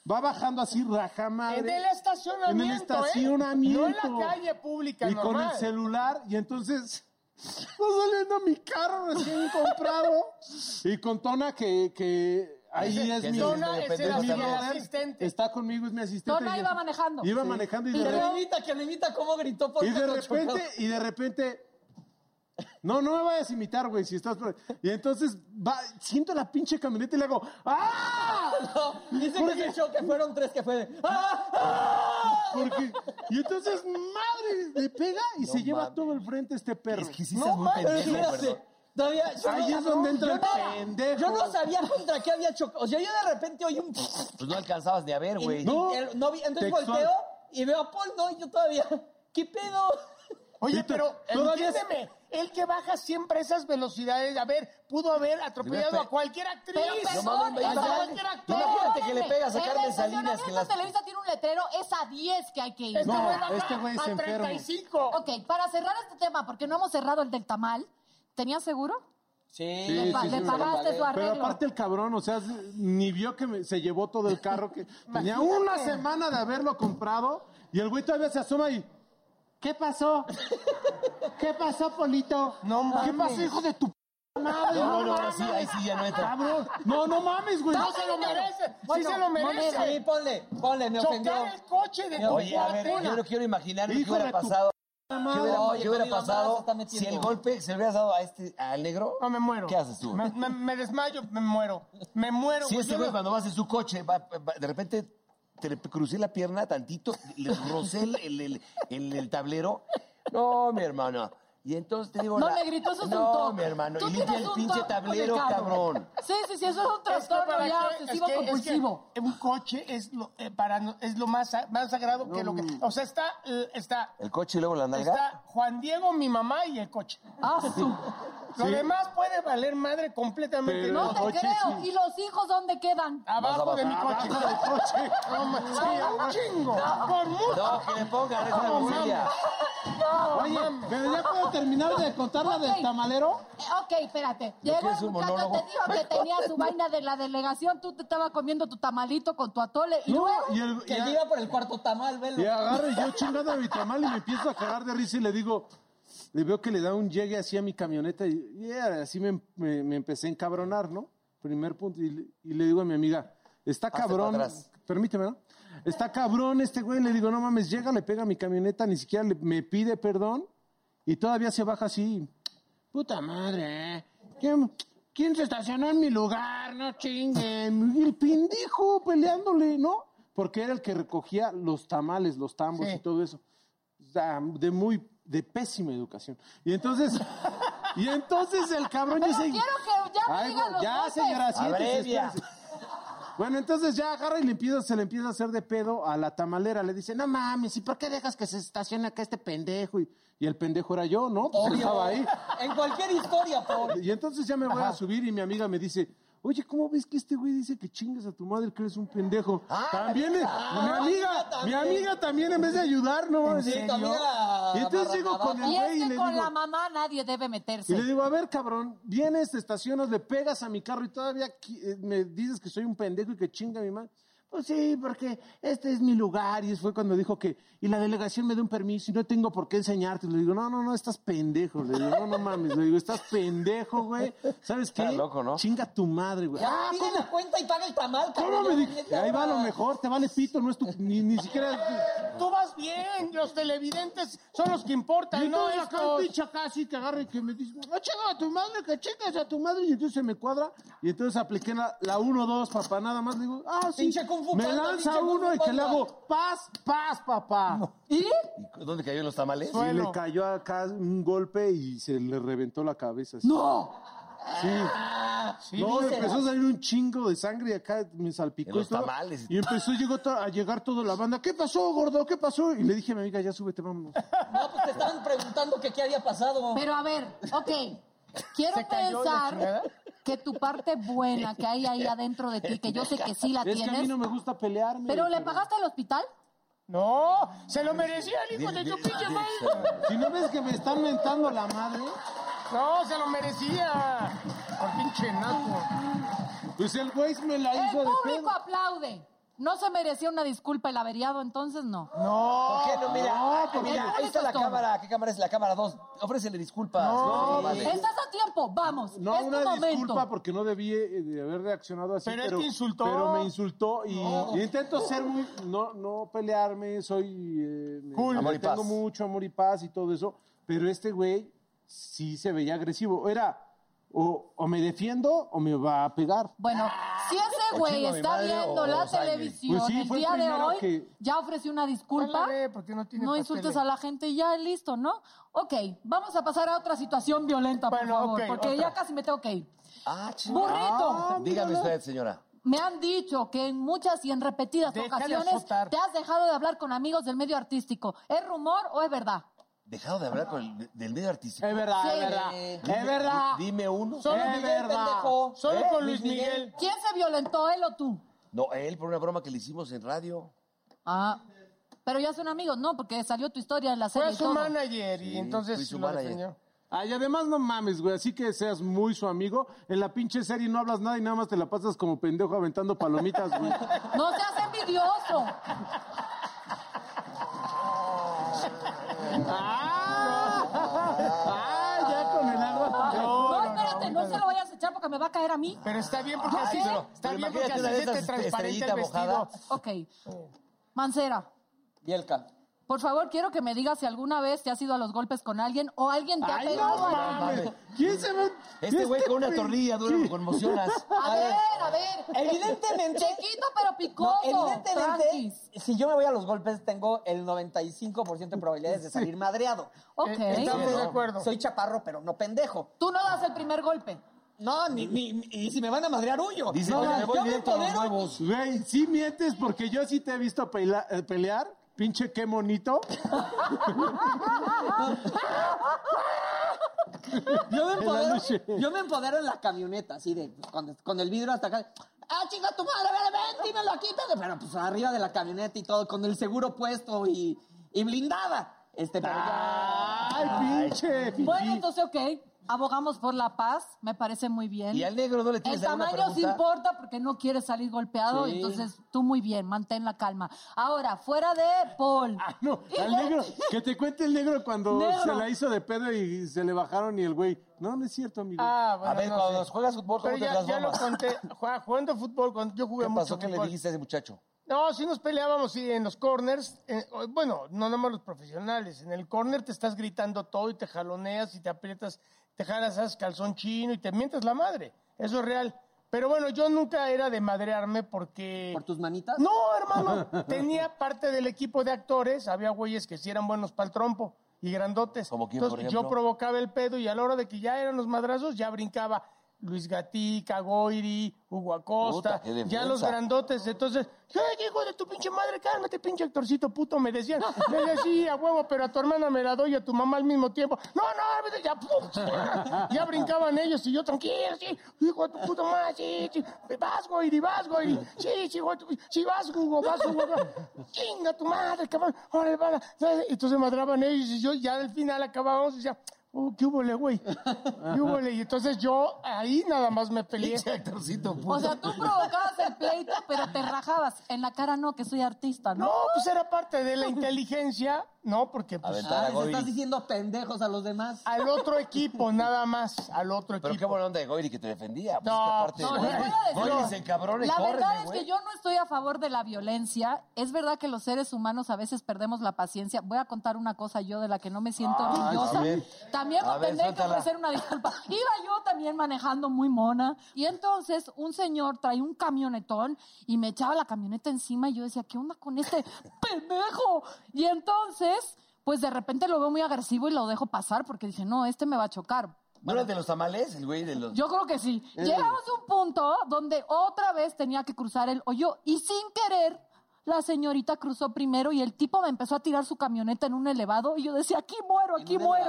[SPEAKER 1] va bajando así rajamadre.
[SPEAKER 4] En el estacionamiento,
[SPEAKER 1] En el
[SPEAKER 4] ¿eh?
[SPEAKER 1] estacionamiento.
[SPEAKER 4] No en la calle pública,
[SPEAKER 1] Y con el
[SPEAKER 4] normal.
[SPEAKER 1] celular, y entonces... Va saliendo mi carro recién comprado. Y con Tona que, que ahí
[SPEAKER 4] Ese-
[SPEAKER 1] es
[SPEAKER 4] que
[SPEAKER 1] mi...
[SPEAKER 6] Tona
[SPEAKER 4] Tona
[SPEAKER 6] es
[SPEAKER 4] es
[SPEAKER 6] el
[SPEAKER 4] el
[SPEAKER 1] mi
[SPEAKER 6] amigo
[SPEAKER 4] amigo
[SPEAKER 6] del
[SPEAKER 1] brother,
[SPEAKER 4] asistente.
[SPEAKER 1] Está conmigo, es mi asistente.
[SPEAKER 5] Tona
[SPEAKER 1] y-
[SPEAKER 5] iba manejando.
[SPEAKER 1] Iba manejando y de
[SPEAKER 5] Y
[SPEAKER 2] Que
[SPEAKER 1] repente-
[SPEAKER 2] lo imita, que lo imita, cómo gritó por
[SPEAKER 1] y de
[SPEAKER 2] cuando
[SPEAKER 1] repente,
[SPEAKER 2] chocó.
[SPEAKER 1] y de repente. No, no me vayas a imitar, güey, si estás. por- Y entonces va, siento la pinche camioneta y le hago. ¡Ah!
[SPEAKER 2] No, dice
[SPEAKER 1] ¿Por
[SPEAKER 2] que
[SPEAKER 1] qué?
[SPEAKER 2] se choque, fueron tres que fue de. ¡Ah! ¡Ah!
[SPEAKER 1] Porque, y entonces, madre, le pega y se lleva todo el frente este perro.
[SPEAKER 6] Es que sí
[SPEAKER 1] No,
[SPEAKER 6] estás muy
[SPEAKER 2] Pero
[SPEAKER 6] pendejo,
[SPEAKER 2] espérate,
[SPEAKER 6] perdón.
[SPEAKER 2] todavía. yo
[SPEAKER 1] Ahí
[SPEAKER 2] no-
[SPEAKER 1] es donde entra el
[SPEAKER 2] yo no-
[SPEAKER 1] pendejo.
[SPEAKER 2] Yo no sabía contra qué había chocado. O sea, yo de repente oí un.
[SPEAKER 6] Pues no alcanzabas ni a ver, güey.
[SPEAKER 2] y-
[SPEAKER 1] No.
[SPEAKER 2] y el- no vi- entonces
[SPEAKER 1] Textual.
[SPEAKER 2] volteo y veo a Paul, no, y yo todavía. ¿Qué pedo?
[SPEAKER 4] Oye,
[SPEAKER 1] Tito,
[SPEAKER 4] pero
[SPEAKER 1] todavía es-
[SPEAKER 4] entiéndeme, el que baja siempre esas velocidades, a ver, pudo haber atropellado
[SPEAKER 6] Debería-
[SPEAKER 4] a cualquier actriz.
[SPEAKER 5] Pero
[SPEAKER 6] No
[SPEAKER 5] perdón,
[SPEAKER 6] mames,
[SPEAKER 5] es
[SPEAKER 6] allá-
[SPEAKER 5] cualquier actor.
[SPEAKER 6] Imagínate que le pegas a
[SPEAKER 5] En el
[SPEAKER 6] Carmen Salinas, que
[SPEAKER 5] estacionamiento
[SPEAKER 6] las-
[SPEAKER 5] Televisa tiene un letrero, es a 10 que hay que ir.
[SPEAKER 4] Este
[SPEAKER 1] No,
[SPEAKER 4] güey baja
[SPEAKER 1] este güey es
[SPEAKER 4] a
[SPEAKER 1] enfermo.
[SPEAKER 4] 35.
[SPEAKER 5] Ok, para cerrar este tema, porque no hemos cerrado el del tamal, ¿tenías seguro?
[SPEAKER 2] Sí,
[SPEAKER 1] Sí,
[SPEAKER 5] le, pa-
[SPEAKER 1] sí,
[SPEAKER 5] le
[SPEAKER 1] sí,
[SPEAKER 5] pagaste su
[SPEAKER 1] Pero
[SPEAKER 5] arreglo.
[SPEAKER 1] aparte el cabrón, o sea, ni vio que me- se llevó todo el carro que tenía una semana de haberlo comprado y el güey todavía se asoma y ¿Qué pasó? ¿Qué pasó, Polito?
[SPEAKER 4] No
[SPEAKER 1] ¿Qué
[SPEAKER 4] mames.
[SPEAKER 1] pasó, hijo de tu p- madre?
[SPEAKER 6] No, no, ahora sí, ahí sí ya no entra.
[SPEAKER 1] Cabrón, no, no mames, güey.
[SPEAKER 4] No se lo merece, sí
[SPEAKER 1] Bueno,
[SPEAKER 4] se lo
[SPEAKER 2] sí,
[SPEAKER 4] merece.
[SPEAKER 2] ponle, ponle, me ofendió.
[SPEAKER 4] Chocar el coche de tu
[SPEAKER 6] Oye, a ver,
[SPEAKER 4] cuate.
[SPEAKER 6] yo no quiero imaginar qué
[SPEAKER 1] Hijo
[SPEAKER 6] hubiera
[SPEAKER 1] de tu
[SPEAKER 6] pasado. ¿Qué hubiera,
[SPEAKER 2] Oye,
[SPEAKER 6] qué hubiera
[SPEAKER 2] mi mamá se
[SPEAKER 6] pasado
[SPEAKER 2] está metiendo.
[SPEAKER 6] si el golpe se le hubiera dado a este, al negro?
[SPEAKER 4] No, me muero.
[SPEAKER 6] ¿Qué haces tú?
[SPEAKER 4] Me, me- me desmayo, me muero. Me muero.
[SPEAKER 6] Si
[SPEAKER 4] güey.
[SPEAKER 6] este
[SPEAKER 4] Yo
[SPEAKER 6] güey
[SPEAKER 4] me-
[SPEAKER 6] cuando vas en su coche, va- va- de repente te le crucé la pierna tantito, le rocé el, el, el- el- el tablero. No, mi hermano. Y entonces te digo...
[SPEAKER 5] No
[SPEAKER 6] la-
[SPEAKER 5] le gritó, eso es
[SPEAKER 6] No,
[SPEAKER 5] un toque.
[SPEAKER 6] mi hermano.
[SPEAKER 5] Tú
[SPEAKER 6] Y limpia
[SPEAKER 5] tienes
[SPEAKER 6] el
[SPEAKER 5] un
[SPEAKER 6] pinche
[SPEAKER 5] toque con el
[SPEAKER 6] tablero,
[SPEAKER 5] carro.
[SPEAKER 6] cabrón.
[SPEAKER 5] Sí, sí, sí, eso es un
[SPEAKER 4] Es que
[SPEAKER 5] trastorno
[SPEAKER 4] para
[SPEAKER 5] ya
[SPEAKER 4] qué-
[SPEAKER 5] obsesivo
[SPEAKER 4] es que- es que
[SPEAKER 5] compulsivo.
[SPEAKER 4] un coche es lo, eh, para, no- es lo más, sa- más sagrado que lo que. O sea, está, eh, está,
[SPEAKER 6] El coche y luego la nalga.
[SPEAKER 4] está Juan Diego, mi mamá y el coche.
[SPEAKER 5] Ah, su-
[SPEAKER 4] Lo demás puede valer madre completamente.
[SPEAKER 1] Pero-
[SPEAKER 5] No
[SPEAKER 4] No,
[SPEAKER 5] te
[SPEAKER 1] Oye,
[SPEAKER 5] creo.
[SPEAKER 1] sí.
[SPEAKER 5] ¿Y los hijos dónde quedan?
[SPEAKER 4] abajo de mi
[SPEAKER 1] Abajo
[SPEAKER 4] coche.
[SPEAKER 1] del coche. No mames.
[SPEAKER 4] Por un chingo. Por mucho.
[SPEAKER 6] No, que le ponga reja de familia.
[SPEAKER 1] Oye, pero ya puedo terminar de contar la del
[SPEAKER 5] Ok.
[SPEAKER 1] tamalero.
[SPEAKER 5] Eh, Ok, espérate. Llegó
[SPEAKER 6] quieres
[SPEAKER 5] el
[SPEAKER 6] un
[SPEAKER 5] muchacho,
[SPEAKER 6] monólogo?
[SPEAKER 5] te dijo que tenía su vaina de la delegación, tú te estabas comiendo tu tamalito con tu atole y
[SPEAKER 1] No,
[SPEAKER 5] luego...
[SPEAKER 1] y el, y
[SPEAKER 2] Que
[SPEAKER 1] a-
[SPEAKER 2] él iba por el cuarto tamal, velo.
[SPEAKER 1] Y agarro yo chingando a mi tamal y me empiezo a cagar de risa y le digo, le veo que le da un llegue así a mi camioneta y, y así me, me- me empecé a encabronar, ¿no? Primer punto. Y, le- y le digo a mi amiga, está
[SPEAKER 6] Hazte
[SPEAKER 1] cabrón,
[SPEAKER 6] para atrás.
[SPEAKER 1] permíteme, ¿no? Está cabrón este güey. Le digo, no mames, llega, le pega a mi camioneta, ni siquiera le- me pide perdón y todavía se baja así. Puta madre, ¿eh? ¿quién, quién se estacionó en mi lugar? No chinguen. Y el pendejo peleándole, ¿no? Porque era el que recogía los tamales, los tambos
[SPEAKER 4] Sí.
[SPEAKER 1] y todo eso. O sea, De muy, de pésima educación. Y entonces, y entonces el cabrón
[SPEAKER 5] Pero
[SPEAKER 1] yo sé-
[SPEAKER 5] quiero que ya me
[SPEAKER 1] Ay,
[SPEAKER 5] digan
[SPEAKER 1] güey,
[SPEAKER 5] los
[SPEAKER 1] ya,
[SPEAKER 5] nombres.
[SPEAKER 1] señora, siéntese,
[SPEAKER 6] Abrevia.
[SPEAKER 1] espérese. Bueno, entonces ya agarra y le empieza, se le empieza a hacer de pedo a la tamalera. Le dice, no mames, ¿y por qué dejas que se estacione acá este pendejo? Y, y el pendejo era yo, ¿no? Pues
[SPEAKER 2] Obvio.
[SPEAKER 1] estaba ahí.
[SPEAKER 2] En cualquier historia, Paul.
[SPEAKER 1] Y entonces ya me voy a subir y mi amiga me dice, oye, ¿cómo ves que este güey dice que chingas a tu madre que eres un pendejo?
[SPEAKER 5] Ah,
[SPEAKER 1] también, es- mi amiga, mi amiga también en vez de ayudar, no mames.
[SPEAKER 2] serio? También la-
[SPEAKER 1] Y entonces llego con el
[SPEAKER 5] Y
[SPEAKER 1] güey y
[SPEAKER 5] es
[SPEAKER 1] le
[SPEAKER 5] que con
[SPEAKER 1] digo,
[SPEAKER 5] la mamá nadie debe meterse.
[SPEAKER 1] y le digo, a ver, cabrón, vienes, te estacionas, le pegas a mi carro y todavía qui- eh, me dices que soy un pendejo y que chinga a mi madre. Pues sí, porque este es mi lugar. Y fue cuando dijo que, y la delegación me dio un permiso y no tengo por qué enseñarte. Le digo, no, no, no, estás pendejo. Le digo, no, no mames. Le digo, estás pendejo, güey. ¿Sabes qué?
[SPEAKER 6] Está loco, ¿no?
[SPEAKER 1] Chinga tu madre, güey. Ah,
[SPEAKER 2] Pide
[SPEAKER 1] ¿cómo?
[SPEAKER 2] la cuenta y paga el tamal,
[SPEAKER 1] ¿Cómo me
[SPEAKER 2] ya,
[SPEAKER 1] di-
[SPEAKER 2] neta,
[SPEAKER 1] Ahí va lo
[SPEAKER 2] ahora.
[SPEAKER 1] mejor, te vale pito, no es tu, ni, ni siquiera...
[SPEAKER 4] Tú vas bien, los televidentes son los que importan,
[SPEAKER 1] Y
[SPEAKER 4] no
[SPEAKER 1] entonces acá
[SPEAKER 4] estos.
[SPEAKER 1] el pinche acá así que agarre y que me dice, no chingas a tu madre, que chingas a tu madre, y entonces se me cuadra, y entonces apliqué la, la 1-2, papá, nada más, le digo, ah, sí,
[SPEAKER 2] Pinche Kung Fu
[SPEAKER 1] me
[SPEAKER 2] Panda,
[SPEAKER 1] lanza
[SPEAKER 2] pinche Kung
[SPEAKER 1] uno
[SPEAKER 2] Fu
[SPEAKER 1] y que le
[SPEAKER 2] Panda.
[SPEAKER 1] hago paz, paz, papá.
[SPEAKER 4] ¿Y?
[SPEAKER 6] ¿Y ¿Dónde cayó en los tamales?
[SPEAKER 1] Y
[SPEAKER 4] Bueno.
[SPEAKER 1] le cayó acá un golpe y se le reventó la cabeza. así.
[SPEAKER 4] No.
[SPEAKER 1] Sí. no,
[SPEAKER 4] dísela.
[SPEAKER 1] empezó a salir un chingo de sangre y acá me salpicó.
[SPEAKER 6] En los
[SPEAKER 1] y todo.
[SPEAKER 6] tamales.
[SPEAKER 1] Y empezó llegó to- a llegar toda la banda. ¿Qué pasó, gordo? ¿Qué pasó? Y le dije a mi amiga, ya súbete, vámonos.
[SPEAKER 2] No, pues te estaban preguntando que qué había pasado.
[SPEAKER 5] Pero a ver, ok. Quiero
[SPEAKER 4] Se cayó la chingada.
[SPEAKER 5] pensar que tu parte buena que hay ahí adentro de ti, que yo sé que sí la
[SPEAKER 1] Es que a mí
[SPEAKER 5] tienes,
[SPEAKER 1] no me gusta pelearme.
[SPEAKER 5] pero ¿le pagaste al hospital?
[SPEAKER 4] No, se lo merecía el hijo
[SPEAKER 6] Dile-
[SPEAKER 4] de tu
[SPEAKER 6] dile-
[SPEAKER 4] pinche
[SPEAKER 6] dile-
[SPEAKER 4] madre.
[SPEAKER 1] Si no ves que me están mentando la madre,
[SPEAKER 4] No, se lo merecía. Por pinche naco.
[SPEAKER 1] pues el güey me la
[SPEAKER 5] El
[SPEAKER 1] hizo de
[SPEAKER 5] público
[SPEAKER 1] pedo.
[SPEAKER 5] aplaude. No se merecía una disculpa el averiado, entonces no.
[SPEAKER 4] No.
[SPEAKER 2] ¿Por qué no? Mira,
[SPEAKER 1] no, porque-
[SPEAKER 2] mira, ahí está la
[SPEAKER 5] Esto-
[SPEAKER 2] cámara. ¿Qué cámara es la cámara 2? Ofrécele disculpas. No, vale.
[SPEAKER 5] Estás a tiempo, vamos.
[SPEAKER 1] No,
[SPEAKER 5] es tu
[SPEAKER 1] una
[SPEAKER 5] este momento.
[SPEAKER 1] disculpa porque no debí eh, de haber reaccionado así.
[SPEAKER 4] Pero es que insultó.
[SPEAKER 1] Pero me insultó y, y intento ser muy. No, no pelearme, soy. eh, me-
[SPEAKER 4] Cool.
[SPEAKER 1] me
[SPEAKER 6] Amor y
[SPEAKER 1] tengo
[SPEAKER 6] paz.
[SPEAKER 1] mucho amor y paz y todo eso. Pero este güey sí se veía agresivo. Era o, o me defiendo o me va a pegar.
[SPEAKER 5] Bueno, si
[SPEAKER 6] O
[SPEAKER 5] ese güey
[SPEAKER 6] chingo a mi
[SPEAKER 5] está
[SPEAKER 6] madre
[SPEAKER 5] viendo
[SPEAKER 6] o
[SPEAKER 5] la
[SPEAKER 6] sangre.
[SPEAKER 5] televisión
[SPEAKER 1] Pues sí,
[SPEAKER 5] el
[SPEAKER 1] fue el
[SPEAKER 5] día de
[SPEAKER 1] primero
[SPEAKER 5] hoy,
[SPEAKER 1] que-
[SPEAKER 5] ya ofreció una disculpa.
[SPEAKER 4] Pélale, porque no tiene
[SPEAKER 5] No
[SPEAKER 4] pasteles.
[SPEAKER 5] insultes a la gente y ya listo, ¿no? Ok, vamos a pasar a otra situación violenta, por
[SPEAKER 4] Bueno,
[SPEAKER 5] favor,
[SPEAKER 4] ok,
[SPEAKER 5] porque
[SPEAKER 4] otra.
[SPEAKER 5] ya casi me tengo que ir.
[SPEAKER 6] Ah, chingada.
[SPEAKER 5] Burrito,
[SPEAKER 6] Dígame usted, señora.
[SPEAKER 5] me han dicho que en muchas y en repetidas
[SPEAKER 4] Deja de
[SPEAKER 5] ocasiones
[SPEAKER 4] azotar.
[SPEAKER 5] te has dejado de hablar con amigos del medio artístico. ¿Es rumor o es verdad?
[SPEAKER 6] Dejado de hablar con el- del medio artístico.
[SPEAKER 1] Es verdad,
[SPEAKER 5] Sí.
[SPEAKER 1] es verdad.
[SPEAKER 6] Dime-
[SPEAKER 1] Es verdad.
[SPEAKER 6] di- Dime uno.
[SPEAKER 4] Solo
[SPEAKER 1] Es
[SPEAKER 4] Miguel,
[SPEAKER 1] verdad.
[SPEAKER 4] pendejo. Solo
[SPEAKER 6] ¿Eh?
[SPEAKER 4] con
[SPEAKER 6] Luis
[SPEAKER 4] Luis
[SPEAKER 6] Miguel.
[SPEAKER 4] Miguel.
[SPEAKER 5] ¿Quién se violentó, él o tú?
[SPEAKER 6] No, él por una broma que le hicimos en radio.
[SPEAKER 5] Ah, pero ya son amigos, ¿no? Porque salió tu historia en la serie
[SPEAKER 4] Fue
[SPEAKER 5] y
[SPEAKER 4] su
[SPEAKER 5] todo.
[SPEAKER 4] manager y
[SPEAKER 6] Sí, fui
[SPEAKER 4] entonces
[SPEAKER 6] su
[SPEAKER 4] lo
[SPEAKER 6] manager.
[SPEAKER 4] defendió.
[SPEAKER 1] Ay, además no mames, güey, así que seas muy su amigo. En la pinche serie no hablas nada y nada más te la pasas como pendejo aventando palomitas, güey.
[SPEAKER 5] No seas envidioso.
[SPEAKER 1] ¡Ah! Ya con el agua.
[SPEAKER 5] No, espérate, no, se lo vayas a echar porque me va a caer a mí.
[SPEAKER 4] Pero está bien porque así,
[SPEAKER 6] sí, Ah, ¿eh? pero-
[SPEAKER 4] está
[SPEAKER 6] pero
[SPEAKER 4] bien porque
[SPEAKER 6] imagínate una de
[SPEAKER 4] así se te
[SPEAKER 6] esas
[SPEAKER 4] transparenta el
[SPEAKER 6] estrellita mojada.
[SPEAKER 4] vestido.
[SPEAKER 5] Ok. Mancera,
[SPEAKER 2] Bielka.
[SPEAKER 5] por favor, quiero que me digas si alguna vez te has ido a los golpes con alguien o alguien te ha
[SPEAKER 1] ¡Ay,
[SPEAKER 5] pegado.
[SPEAKER 1] no
[SPEAKER 5] a ti.
[SPEAKER 1] mames! ¿Quién se ve?
[SPEAKER 6] Este güey con una
[SPEAKER 1] pe-
[SPEAKER 6] torrilla dura me conmocionas.
[SPEAKER 5] A ver, a ver.
[SPEAKER 2] Evidentemente-
[SPEAKER 5] Chiquito, pero
[SPEAKER 2] No,
[SPEAKER 5] picoso.
[SPEAKER 2] evidentemente,
[SPEAKER 5] Tranquis.
[SPEAKER 2] si yo me voy a los golpes, tengo el 95% de probabilidades de salir madreado.
[SPEAKER 5] Ok.
[SPEAKER 4] Estamos de
[SPEAKER 2] ¿no?
[SPEAKER 4] acuerdo.
[SPEAKER 2] Soy chaparro, pero no pendejo.
[SPEAKER 5] Tú no das el primer golpe.
[SPEAKER 2] No, ni, ni, ni- y si me van a madrear, huyo.
[SPEAKER 6] Dice,
[SPEAKER 2] No,
[SPEAKER 6] oye, me voy
[SPEAKER 2] yo
[SPEAKER 6] directo a los
[SPEAKER 2] empodero
[SPEAKER 6] huevos.
[SPEAKER 1] Güey, sí mientes porque yo sí te he visto peila- eh, pelear. Pinche qué monito.
[SPEAKER 2] Yo me,
[SPEAKER 1] En la
[SPEAKER 2] empodero,
[SPEAKER 1] noche.
[SPEAKER 2] yo me empodero en la camioneta, así de pues, con, con el vidrio hasta acá. ¡Ah, chinga tu madre! ¡Ven, ven! ¡Dímelo, quítale! Pero pues arriba de la camioneta y todo, con el seguro puesto y, y blindada. Este, pero
[SPEAKER 4] Ah.
[SPEAKER 2] ya-
[SPEAKER 1] ¡Ay, pinche!
[SPEAKER 5] Bueno,
[SPEAKER 1] fifí.
[SPEAKER 5] entonces, ok. Abogamos por la paz. Me parece muy bien.
[SPEAKER 6] Y al negro no le tienes
[SPEAKER 5] El
[SPEAKER 6] alguna
[SPEAKER 5] tamaño sí
[SPEAKER 6] pregunta.
[SPEAKER 5] importa porque no quieres salir golpeado,
[SPEAKER 2] Sí.
[SPEAKER 5] entonces tú muy bien, mantén la calma. Ahora, fuera de Paul.
[SPEAKER 1] Ah, no, al negro, que te cuente el negro cuando
[SPEAKER 5] Negro.
[SPEAKER 1] se la hizo de pedo y se le bajaron y el güey. No, no es cierto, amigo.
[SPEAKER 4] Ah, bueno,
[SPEAKER 6] A ver,
[SPEAKER 4] no sé.
[SPEAKER 6] cuando juegas fútbol, ¿cómo
[SPEAKER 4] Pero
[SPEAKER 6] te
[SPEAKER 4] ya, ya lo
[SPEAKER 6] transformas?
[SPEAKER 4] conté. Jua- Jugando fútbol, cuando yo jugué
[SPEAKER 6] ¿Qué
[SPEAKER 4] mucho
[SPEAKER 6] pasó? ¿Qué le
[SPEAKER 4] fútbol.
[SPEAKER 6] dijiste a ese muchacho?
[SPEAKER 4] No, si nos peleábamos sí, en los corners. eh, o- bueno, no nada más los profesionales. En el corner te estás gritando todo y te jaloneas y te aprietas, te jalas haz calzón chino y te mientas la madre. Eso es real. Pero bueno, yo nunca era de madrearme porque...
[SPEAKER 2] ¿Por tus manitas?
[SPEAKER 4] No, hermano. tenía parte del equipo de actores. Había güeyes que sí eran buenos para el trompo y grandotes.
[SPEAKER 6] ¿Como quién, por ejemplo?
[SPEAKER 4] yo provocaba el pedo y a la hora de que ya eran los madrazos, ya brincaba Luis Gatica, Goiri, Hugo Acosta,
[SPEAKER 6] Puta, qué defensa.
[SPEAKER 4] ya los grandotes. Entonces, ¡Ay, hijo de tu pinche madre! Cálmate, pinche actorcito puto, me decían. Le decía, "Sí, a huevo, pero a tu hermana me la doy y a tu mamá al mismo tiempo. No, no, ya, pum, ya brincaban ellos y yo tranquilo, sí, hijo de tu puta madre, sí, sí, vas, Goiri, vas, Goiri, sí, sí, hijo de tu, sí, vas, Hugo, vas, Hugo, vas. chinga tu madre, cabrón, órale, va, entonces madraban ellos y yo ya al final acabábamos y decía, oh, ¿qué hubo, le, güey? ¿Qué hubo, le? Y entonces yo ahí nada más me peleé.
[SPEAKER 6] Pinche actorcito, puto.
[SPEAKER 5] O sea, tú provocabas el pleito, pero te rajabas. En la cara no, que soy artista, ¿no?
[SPEAKER 4] No, pues era parte de la inteligencia, ¿no? Porque pues,
[SPEAKER 6] Aventar a
[SPEAKER 2] Ah, les
[SPEAKER 6] Goyri.
[SPEAKER 2] estás diciendo pendejos a los demás.
[SPEAKER 4] al otro equipo, nada más, al otro
[SPEAKER 6] Pero qué
[SPEAKER 4] equipo.
[SPEAKER 6] buena onda de Goyri que te defendía. Pues,
[SPEAKER 4] No,
[SPEAKER 6] aparte,
[SPEAKER 5] No,
[SPEAKER 6] Goyri-
[SPEAKER 5] les voy a decir-
[SPEAKER 6] Goyri se encabrona y
[SPEAKER 5] La
[SPEAKER 6] corre,
[SPEAKER 5] verdad es
[SPEAKER 6] güey.
[SPEAKER 5] que yo no estoy a favor de la violencia. Es verdad que los seres humanos a veces perdemos la paciencia. Voy a contar una cosa yo de la que no me siento
[SPEAKER 6] Ay,
[SPEAKER 5] orgullosa.
[SPEAKER 6] a ver.
[SPEAKER 5] También
[SPEAKER 6] Ah, A
[SPEAKER 5] me
[SPEAKER 6] ver,
[SPEAKER 5] tendré que
[SPEAKER 6] suéltala.
[SPEAKER 5] ofrecer una disculpa. Iba yo también manejando muy mona. Y entonces un señor trae un camionetón y me echaba la camioneta encima y yo decía, ¿qué onda con este pendejo? Y entonces, pues de repente lo veo muy agresivo y lo dejo pasar porque dije, no, este me va a chocar.
[SPEAKER 6] ¿No era el de los tamales? El güey de los...
[SPEAKER 5] Yo creo que sí. Llegamos a un punto donde otra vez tenía que cruzar el hoyo y sin querer la señorita cruzó primero y el tipo me empezó a tirar su camioneta en un elevado y yo decía, aquí muero, aquí
[SPEAKER 2] un
[SPEAKER 5] muero.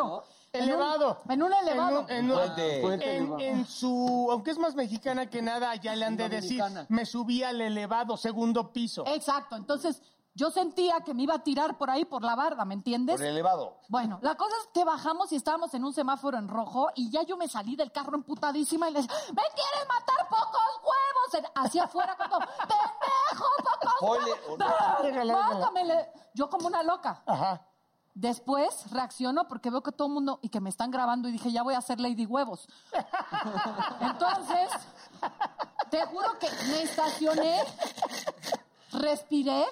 [SPEAKER 2] elevado?
[SPEAKER 5] En un-
[SPEAKER 4] Elevado.
[SPEAKER 5] En un, elevado.
[SPEAKER 4] En un- en un-
[SPEAKER 6] Puente.
[SPEAKER 1] Puente,
[SPEAKER 4] en,
[SPEAKER 1] elevado.
[SPEAKER 4] en su, aunque es más mexicana que nada, ya le han de decir,
[SPEAKER 2] Dominicana.
[SPEAKER 4] me subí al elevado segundo piso.
[SPEAKER 5] Exacto. Entonces yo sentía que me iba a tirar por ahí, por la barda, ¿me entiendes?
[SPEAKER 6] Por el elevado.
[SPEAKER 5] Bueno, la cosa es que bajamos y estábamos en un semáforo en rojo y ya yo me salí del carro emputadísima y les me quieren matar pocos huevos En- hacia afuera como pendejo pocos
[SPEAKER 6] Ponle-
[SPEAKER 5] huevos. ¡Bah!
[SPEAKER 4] Déjala, déjala.
[SPEAKER 5] Mátamele. Yo como una loca.
[SPEAKER 4] Ajá.
[SPEAKER 5] Después reacciono porque veo que todo el mundo y que me están grabando y dije, ya voy a ser Lady Huevos. Entonces, te juro que me estacioné, respiré,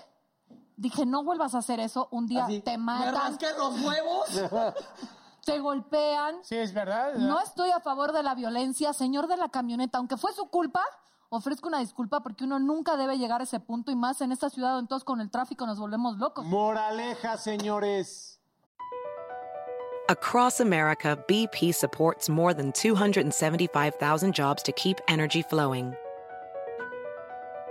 [SPEAKER 5] dije, no vuelvas a hacer eso, un día
[SPEAKER 2] Así,
[SPEAKER 5] te
[SPEAKER 2] ¿Me
[SPEAKER 5] matan,
[SPEAKER 2] rasqué los huevos?
[SPEAKER 5] te golpean.
[SPEAKER 4] Sí, es verdad.
[SPEAKER 5] No estoy a favor de la violencia, señor de la camioneta. Aunque fue su culpa, ofrezco una disculpa porque uno nunca debe llegar a ese punto y más en esta ciudad, entonces con el tráfico nos volvemos locos.
[SPEAKER 1] Moraleja, señores.
[SPEAKER 8] Across America, BP supports more than 275,000 jobs to keep energy flowing.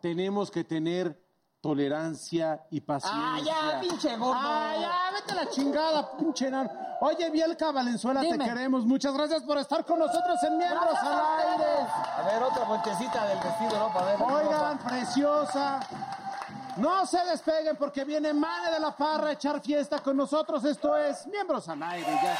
[SPEAKER 1] Tenemos que tener tolerancia y paciencia.
[SPEAKER 2] Ah, ya, pinche gordo.
[SPEAKER 1] Ah, ya, vete a la chingada, pinche enano. Oye, Bielka Valenzuela,
[SPEAKER 5] Dime.
[SPEAKER 1] te queremos. Muchas gracias por estar con nosotros en Miembros al Aire.
[SPEAKER 6] A ver, otra puentecita del vestido, ¿no? Para ver.
[SPEAKER 1] Oigan, preciosa. No se despeguen porque viene Mane de la Parra a echar fiesta con nosotros. Esto es Miembros al Aire. Ya.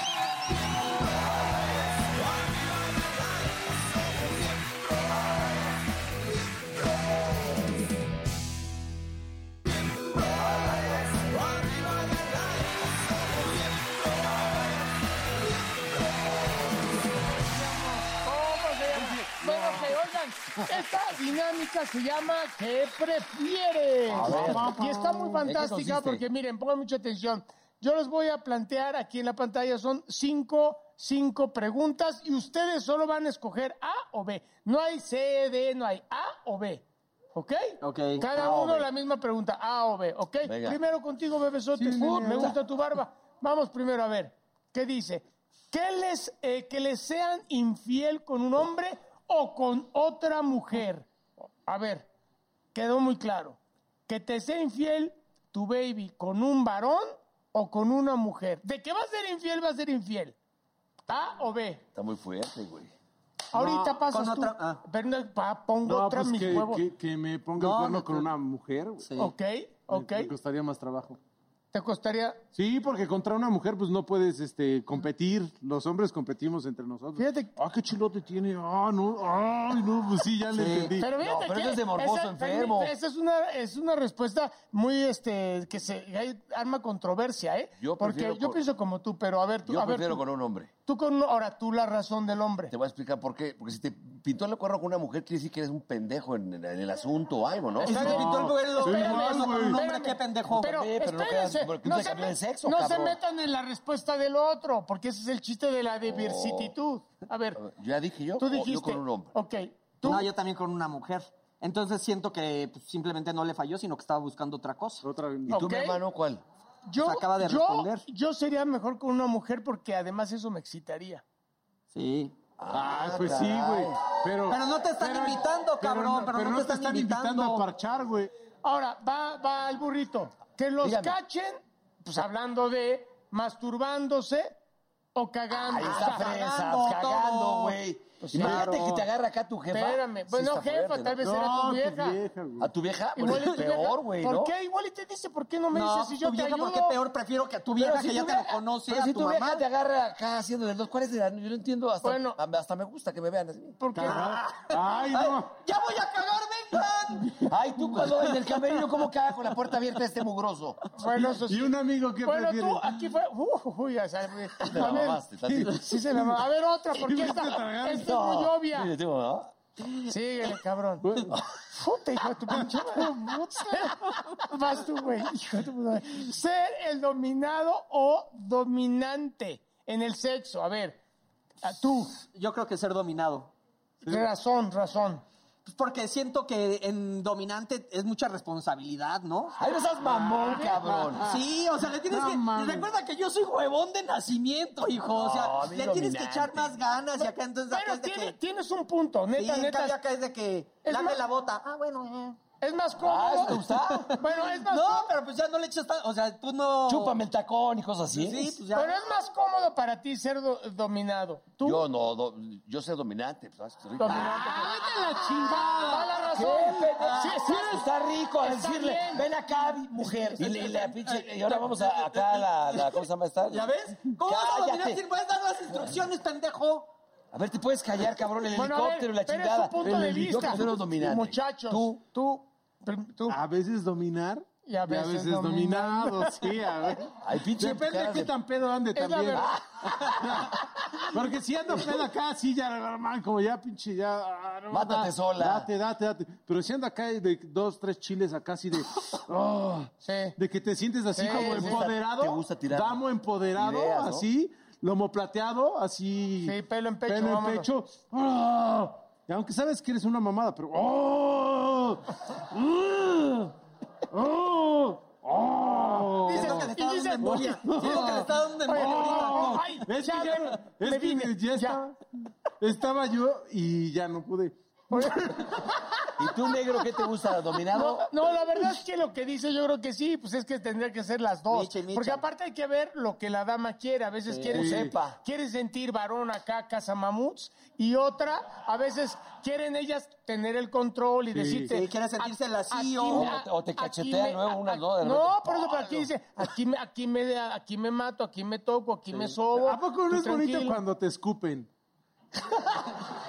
[SPEAKER 4] ¿Cómo se llama? Bueno, que oigan, esta dinámica se llama ¿Qué prefieres? Y está muy fantástica porque miren, pongan mucha atención. Yo les voy a plantear aquí en la pantalla, son cinco, cinco preguntas y ustedes solo van a escoger A o B. No hay C, D, no hay A o B. ¿Ok?
[SPEAKER 2] Ok,
[SPEAKER 4] Cada
[SPEAKER 2] A o
[SPEAKER 4] uno
[SPEAKER 2] B.
[SPEAKER 4] la misma pregunta, A o B. ¿Ok?
[SPEAKER 6] Venga.
[SPEAKER 4] Primero contigo, bebesote. Uh, me gusta tu barba. Vamos primero a ver. ¿Qué dice? ¿Que les, eh, que les sean infiel con un hombre o con otra mujer. A ver, quedó muy claro. Que te sea infiel tu baby con un varón o con una mujer. ¿De qué va a ser infiel? Va a ser infiel. A o B.
[SPEAKER 6] Está muy fuerte, güey.
[SPEAKER 4] Ahorita pasas
[SPEAKER 2] con
[SPEAKER 4] tú.
[SPEAKER 2] otra- ah.
[SPEAKER 4] Pero no, pa- pongo
[SPEAKER 1] No,
[SPEAKER 4] otra
[SPEAKER 1] pues
[SPEAKER 4] mis
[SPEAKER 1] que,
[SPEAKER 4] huevos.
[SPEAKER 1] que- que me ponga
[SPEAKER 2] No,
[SPEAKER 1] el cuerno
[SPEAKER 2] no,
[SPEAKER 1] con
[SPEAKER 2] no.
[SPEAKER 1] una mujer. güey.
[SPEAKER 2] Sí.
[SPEAKER 4] Ok,
[SPEAKER 1] Me-
[SPEAKER 4] ok.
[SPEAKER 1] Me costaría más trabajo.
[SPEAKER 4] Te costaría
[SPEAKER 1] Sí, porque contra una mujer pues no puedes este, competir. Los hombres competimos entre nosotros.
[SPEAKER 4] Fíjate-
[SPEAKER 1] Ah, qué chilote tiene. Ah, no. Ay, no, pues sí, ya le entendí.
[SPEAKER 4] Pero fíjate
[SPEAKER 6] No, pero
[SPEAKER 4] que
[SPEAKER 6] eso es de morboso
[SPEAKER 4] esa-
[SPEAKER 6] enfermo.
[SPEAKER 4] Esa es una, es una respuesta muy, este, que se hay- arma controversia, ¿eh?
[SPEAKER 6] Yo
[SPEAKER 4] Porque
[SPEAKER 6] prefiero
[SPEAKER 4] yo
[SPEAKER 6] con-
[SPEAKER 4] pienso como tú, pero a ver, tú,
[SPEAKER 6] Yo
[SPEAKER 4] a ver,
[SPEAKER 6] prefiero
[SPEAKER 4] tú,
[SPEAKER 6] con un hombre.
[SPEAKER 4] tú con un- ahora tú la razón del hombre.
[SPEAKER 6] Te voy a explicar por qué. Porque si te pintó el cuerno con una mujer, quiere decir que eres un pendejo en, en el asunto o algo, ¿no?
[SPEAKER 2] Está
[SPEAKER 4] No,
[SPEAKER 2] bien, Víctor, pero no,
[SPEAKER 4] sí,
[SPEAKER 2] espérame,
[SPEAKER 4] no,
[SPEAKER 2] eso con un
[SPEAKER 4] güey.
[SPEAKER 2] hombre, qué pendejo.
[SPEAKER 4] Pero,
[SPEAKER 6] Ve, pero no
[SPEAKER 4] espérense,
[SPEAKER 6] quedas- porque
[SPEAKER 4] no,
[SPEAKER 6] tú te
[SPEAKER 4] se,
[SPEAKER 6] cambió
[SPEAKER 4] me-
[SPEAKER 6] el sexo,
[SPEAKER 4] no se
[SPEAKER 6] cabrón.
[SPEAKER 4] metan en la respuesta del otro, porque ese es el chiste de la diversititud. A ver,
[SPEAKER 6] Ya dije Oh. yo,
[SPEAKER 4] tú
[SPEAKER 6] o yo
[SPEAKER 4] dijiste.
[SPEAKER 6] con un hombre.
[SPEAKER 4] Ok, tú.
[SPEAKER 2] No, yo también con una mujer. Entonces siento que pues, simplemente no le falló, sino que estaba buscando otra cosa.
[SPEAKER 1] Otra
[SPEAKER 6] ¿Y tú,
[SPEAKER 4] ok.
[SPEAKER 6] mi hermano, cuál?
[SPEAKER 4] yo,
[SPEAKER 2] se acaba de
[SPEAKER 4] yo-
[SPEAKER 2] responder.
[SPEAKER 4] yo sería mejor con una mujer porque además eso me excitaría.
[SPEAKER 2] Sí.
[SPEAKER 1] Ah, pues sí, güey. Pero,
[SPEAKER 2] Pero no te están invitando, cabrón, pero no te están invitando.
[SPEAKER 1] a parchar, güey.
[SPEAKER 4] Ahora, va, va al burrito. Que los
[SPEAKER 6] Dígame.
[SPEAKER 4] cachen, pues hablando de masturbándose o cagando.
[SPEAKER 6] Ahí
[SPEAKER 4] O sea,
[SPEAKER 6] está fresa,
[SPEAKER 2] cagando
[SPEAKER 6] cagando,
[SPEAKER 2] todo.
[SPEAKER 6] güey.
[SPEAKER 2] Pues
[SPEAKER 6] Imagínate
[SPEAKER 2] claro.
[SPEAKER 6] que te agarra acá tu jefa.
[SPEAKER 4] Espérame.
[SPEAKER 6] Sí
[SPEAKER 4] Bueno,
[SPEAKER 6] está
[SPEAKER 4] jefa,
[SPEAKER 6] fuerte,
[SPEAKER 4] tal
[SPEAKER 6] ¿no?
[SPEAKER 4] vez era tu vieja.
[SPEAKER 6] ¿A tu vieja? Bueno,
[SPEAKER 4] Igual y tu vieja,
[SPEAKER 6] peor, güey,
[SPEAKER 4] ¿Por
[SPEAKER 6] ¿no? pues,
[SPEAKER 4] qué? Igual y te dice, ¿por qué no me
[SPEAKER 2] No,
[SPEAKER 4] dices si yo
[SPEAKER 2] tu
[SPEAKER 4] te
[SPEAKER 2] vieja,
[SPEAKER 4] ayudo?
[SPEAKER 2] ¿por qué peor? Prefiero que a tu vieja, que ya te lo conoce,
[SPEAKER 6] pero
[SPEAKER 2] a
[SPEAKER 6] si
[SPEAKER 2] tu
[SPEAKER 6] tu vieja
[SPEAKER 2] mamá.
[SPEAKER 6] te agarra acá haciéndole dos, ¿cuál es el Yo no entiendo, hasta,
[SPEAKER 4] Bueno.
[SPEAKER 6] a- hasta me gusta que me vean así.
[SPEAKER 4] ¿Por qué?
[SPEAKER 1] Ay, no.
[SPEAKER 2] ¡Ya voy a cagar, vengan!
[SPEAKER 6] Ay, tú cuando en el camerino, ¿cómo caga con la puerta abierta este mugroso?
[SPEAKER 4] Bueno, eso sí.
[SPEAKER 1] Y un amigo que
[SPEAKER 4] Bueno,
[SPEAKER 1] prefiere.
[SPEAKER 4] tú, aquí fue... Uh, uy, ya sabes.
[SPEAKER 6] Te la
[SPEAKER 4] A ver,
[SPEAKER 6] mamaste, tantito.
[SPEAKER 4] Sí se la va. A ver, otra, porque
[SPEAKER 1] Sí,
[SPEAKER 4] esta,
[SPEAKER 1] vete tragando.
[SPEAKER 4] esta es muy obvia.
[SPEAKER 6] Mire, Ah, digo, ¿no?
[SPEAKER 4] Síguele, cabrón. Puta, hijo de tu pinche madre. Vas tú, güey. Hijo de tu puta madre. Ser el dominado o dominante en el sexo. A ver, a tú.
[SPEAKER 2] Yo creo que ser dominado.
[SPEAKER 4] Razón, razón.
[SPEAKER 2] Pues Porque siento que en dominante es mucha responsabilidad, ¿no?
[SPEAKER 6] Ay, no seas mamón,
[SPEAKER 1] Ah.
[SPEAKER 6] cabrón.
[SPEAKER 4] Ah.
[SPEAKER 2] Sí, o sea, le tienes
[SPEAKER 1] No
[SPEAKER 2] que.
[SPEAKER 1] mames.
[SPEAKER 2] Recuerda que yo soy huevón de nacimiento, hijo. O sea,
[SPEAKER 6] No,
[SPEAKER 2] le
[SPEAKER 6] mi
[SPEAKER 2] tienes que
[SPEAKER 6] dominante.
[SPEAKER 2] echar más ganas y acá entonces acá
[SPEAKER 4] Pero
[SPEAKER 2] es de
[SPEAKER 4] tiene-
[SPEAKER 2] que.
[SPEAKER 4] tienes un punto, neta,
[SPEAKER 2] Sí, en cambio
[SPEAKER 4] neta.
[SPEAKER 2] acá es de que.
[SPEAKER 4] Es
[SPEAKER 2] Lame
[SPEAKER 4] más-
[SPEAKER 2] la bota. Ah, bueno, eh.
[SPEAKER 4] Es más cómodo.
[SPEAKER 6] Ah, ¿eso te gusta?
[SPEAKER 4] Bueno, es más
[SPEAKER 2] No,
[SPEAKER 4] cómodo.
[SPEAKER 2] pero pues ya no le echas tan. O sea, tú no.
[SPEAKER 6] Chúpame el tacón y cosas así.
[SPEAKER 2] Sí, pues
[SPEAKER 4] Pero
[SPEAKER 2] ya.
[SPEAKER 4] es más cómodo para ti ser do- dominado. Tú,
[SPEAKER 6] Yo no, do- yo soy dominante. pues, ah, estoy rico.
[SPEAKER 4] dominante.
[SPEAKER 1] la chingada!
[SPEAKER 4] Va la
[SPEAKER 6] ¿Qué?
[SPEAKER 4] razón.
[SPEAKER 6] pendejo?
[SPEAKER 4] Sí, sí eres-
[SPEAKER 6] está rico a
[SPEAKER 4] está
[SPEAKER 6] decirle,
[SPEAKER 4] bien.
[SPEAKER 6] ven acá, mi mujer. Y, le- y la pinche, y ahora vamos a, acá a la, la- ¿cómo se llama esta?
[SPEAKER 2] ¿Ya ves? ¿Cómo vas a dominar
[SPEAKER 6] Cállate.
[SPEAKER 2] si puedes dar las instrucciones, pendejo?
[SPEAKER 6] A ver, te puedes callar, cabrón, el
[SPEAKER 4] Bueno, a ver,
[SPEAKER 6] helicóptero, y la
[SPEAKER 4] pero
[SPEAKER 6] chingada.
[SPEAKER 4] es un punto de
[SPEAKER 6] El heli- Yo
[SPEAKER 4] vista.
[SPEAKER 6] que soy los dominantes.
[SPEAKER 4] Muchachos,
[SPEAKER 6] Tú,
[SPEAKER 4] tú, prim- tú.
[SPEAKER 1] A veces dominar
[SPEAKER 4] Y a veces dominado.
[SPEAKER 1] dominado, sí, a ver.
[SPEAKER 6] Ay, pinche
[SPEAKER 1] Depende
[SPEAKER 6] cara
[SPEAKER 1] de qué
[SPEAKER 6] de-
[SPEAKER 1] tan pedo ande
[SPEAKER 4] la
[SPEAKER 1] también.
[SPEAKER 4] verdad.
[SPEAKER 1] Porque si ando pedo acá, sí, ya, hermano, como ya, pinche, ya. ah, no,
[SPEAKER 6] Mátate
[SPEAKER 1] da-
[SPEAKER 6] sola.
[SPEAKER 1] Date, date, date. Pero si ando acá de dos, tres chiles acá, así de. oh,
[SPEAKER 4] Sí.
[SPEAKER 1] De que te sientes así
[SPEAKER 4] Sí,
[SPEAKER 1] como
[SPEAKER 4] sí.
[SPEAKER 1] empoderado.
[SPEAKER 6] Te gusta tirar
[SPEAKER 1] Damo empoderado,
[SPEAKER 6] ideas, ¿no?
[SPEAKER 1] así. Lomo plateado, así.
[SPEAKER 4] Sí, pelo en pecho,
[SPEAKER 1] Pelo en
[SPEAKER 4] vámonos.
[SPEAKER 1] pecho. ah, y aunque sabes que eres una mamada, pero. oh, ah, ¡Oh! ¡Oh!
[SPEAKER 2] Siento que le está dando memoria. Siento que le está dando memoria ahorita.
[SPEAKER 4] Ay,
[SPEAKER 1] ¡Ah! Es que
[SPEAKER 4] ya
[SPEAKER 1] ya,
[SPEAKER 4] me-
[SPEAKER 1] es
[SPEAKER 4] me
[SPEAKER 1] que
[SPEAKER 4] vine,
[SPEAKER 1] ya
[SPEAKER 4] ya.
[SPEAKER 1] estaba- estaba yo y ya no pude.
[SPEAKER 6] ¿y tú, negro, qué te gusta, dominado?
[SPEAKER 4] No, la verdad es que lo que dice yo creo que sí, pues es que tendría que ser las dos.
[SPEAKER 2] Miche, miche.
[SPEAKER 4] Porque aparte hay que ver lo que la dama quiere. A veces quiere,
[SPEAKER 6] Sí.
[SPEAKER 4] ser-
[SPEAKER 6] Sepa.
[SPEAKER 4] quiere sentir varón acá, casa mamuts, y otra, a veces quieren ellas tener el control y decirte...
[SPEAKER 2] Sí, quiere sentirse la CEO.
[SPEAKER 4] aquí me-
[SPEAKER 6] O te- o te
[SPEAKER 4] aquí
[SPEAKER 6] cachetea
[SPEAKER 4] me-
[SPEAKER 6] luego una,
[SPEAKER 4] a-
[SPEAKER 6] ¿no? De
[SPEAKER 4] No,
[SPEAKER 6] repente,
[SPEAKER 4] por eso, pero aquí dice, aquí me, aquí, me, aquí me mato, aquí me toco, aquí me sobo.
[SPEAKER 1] ¿A poco no es
[SPEAKER 4] Tú
[SPEAKER 1] bonito
[SPEAKER 4] tranquilo.
[SPEAKER 1] cuando te escupen?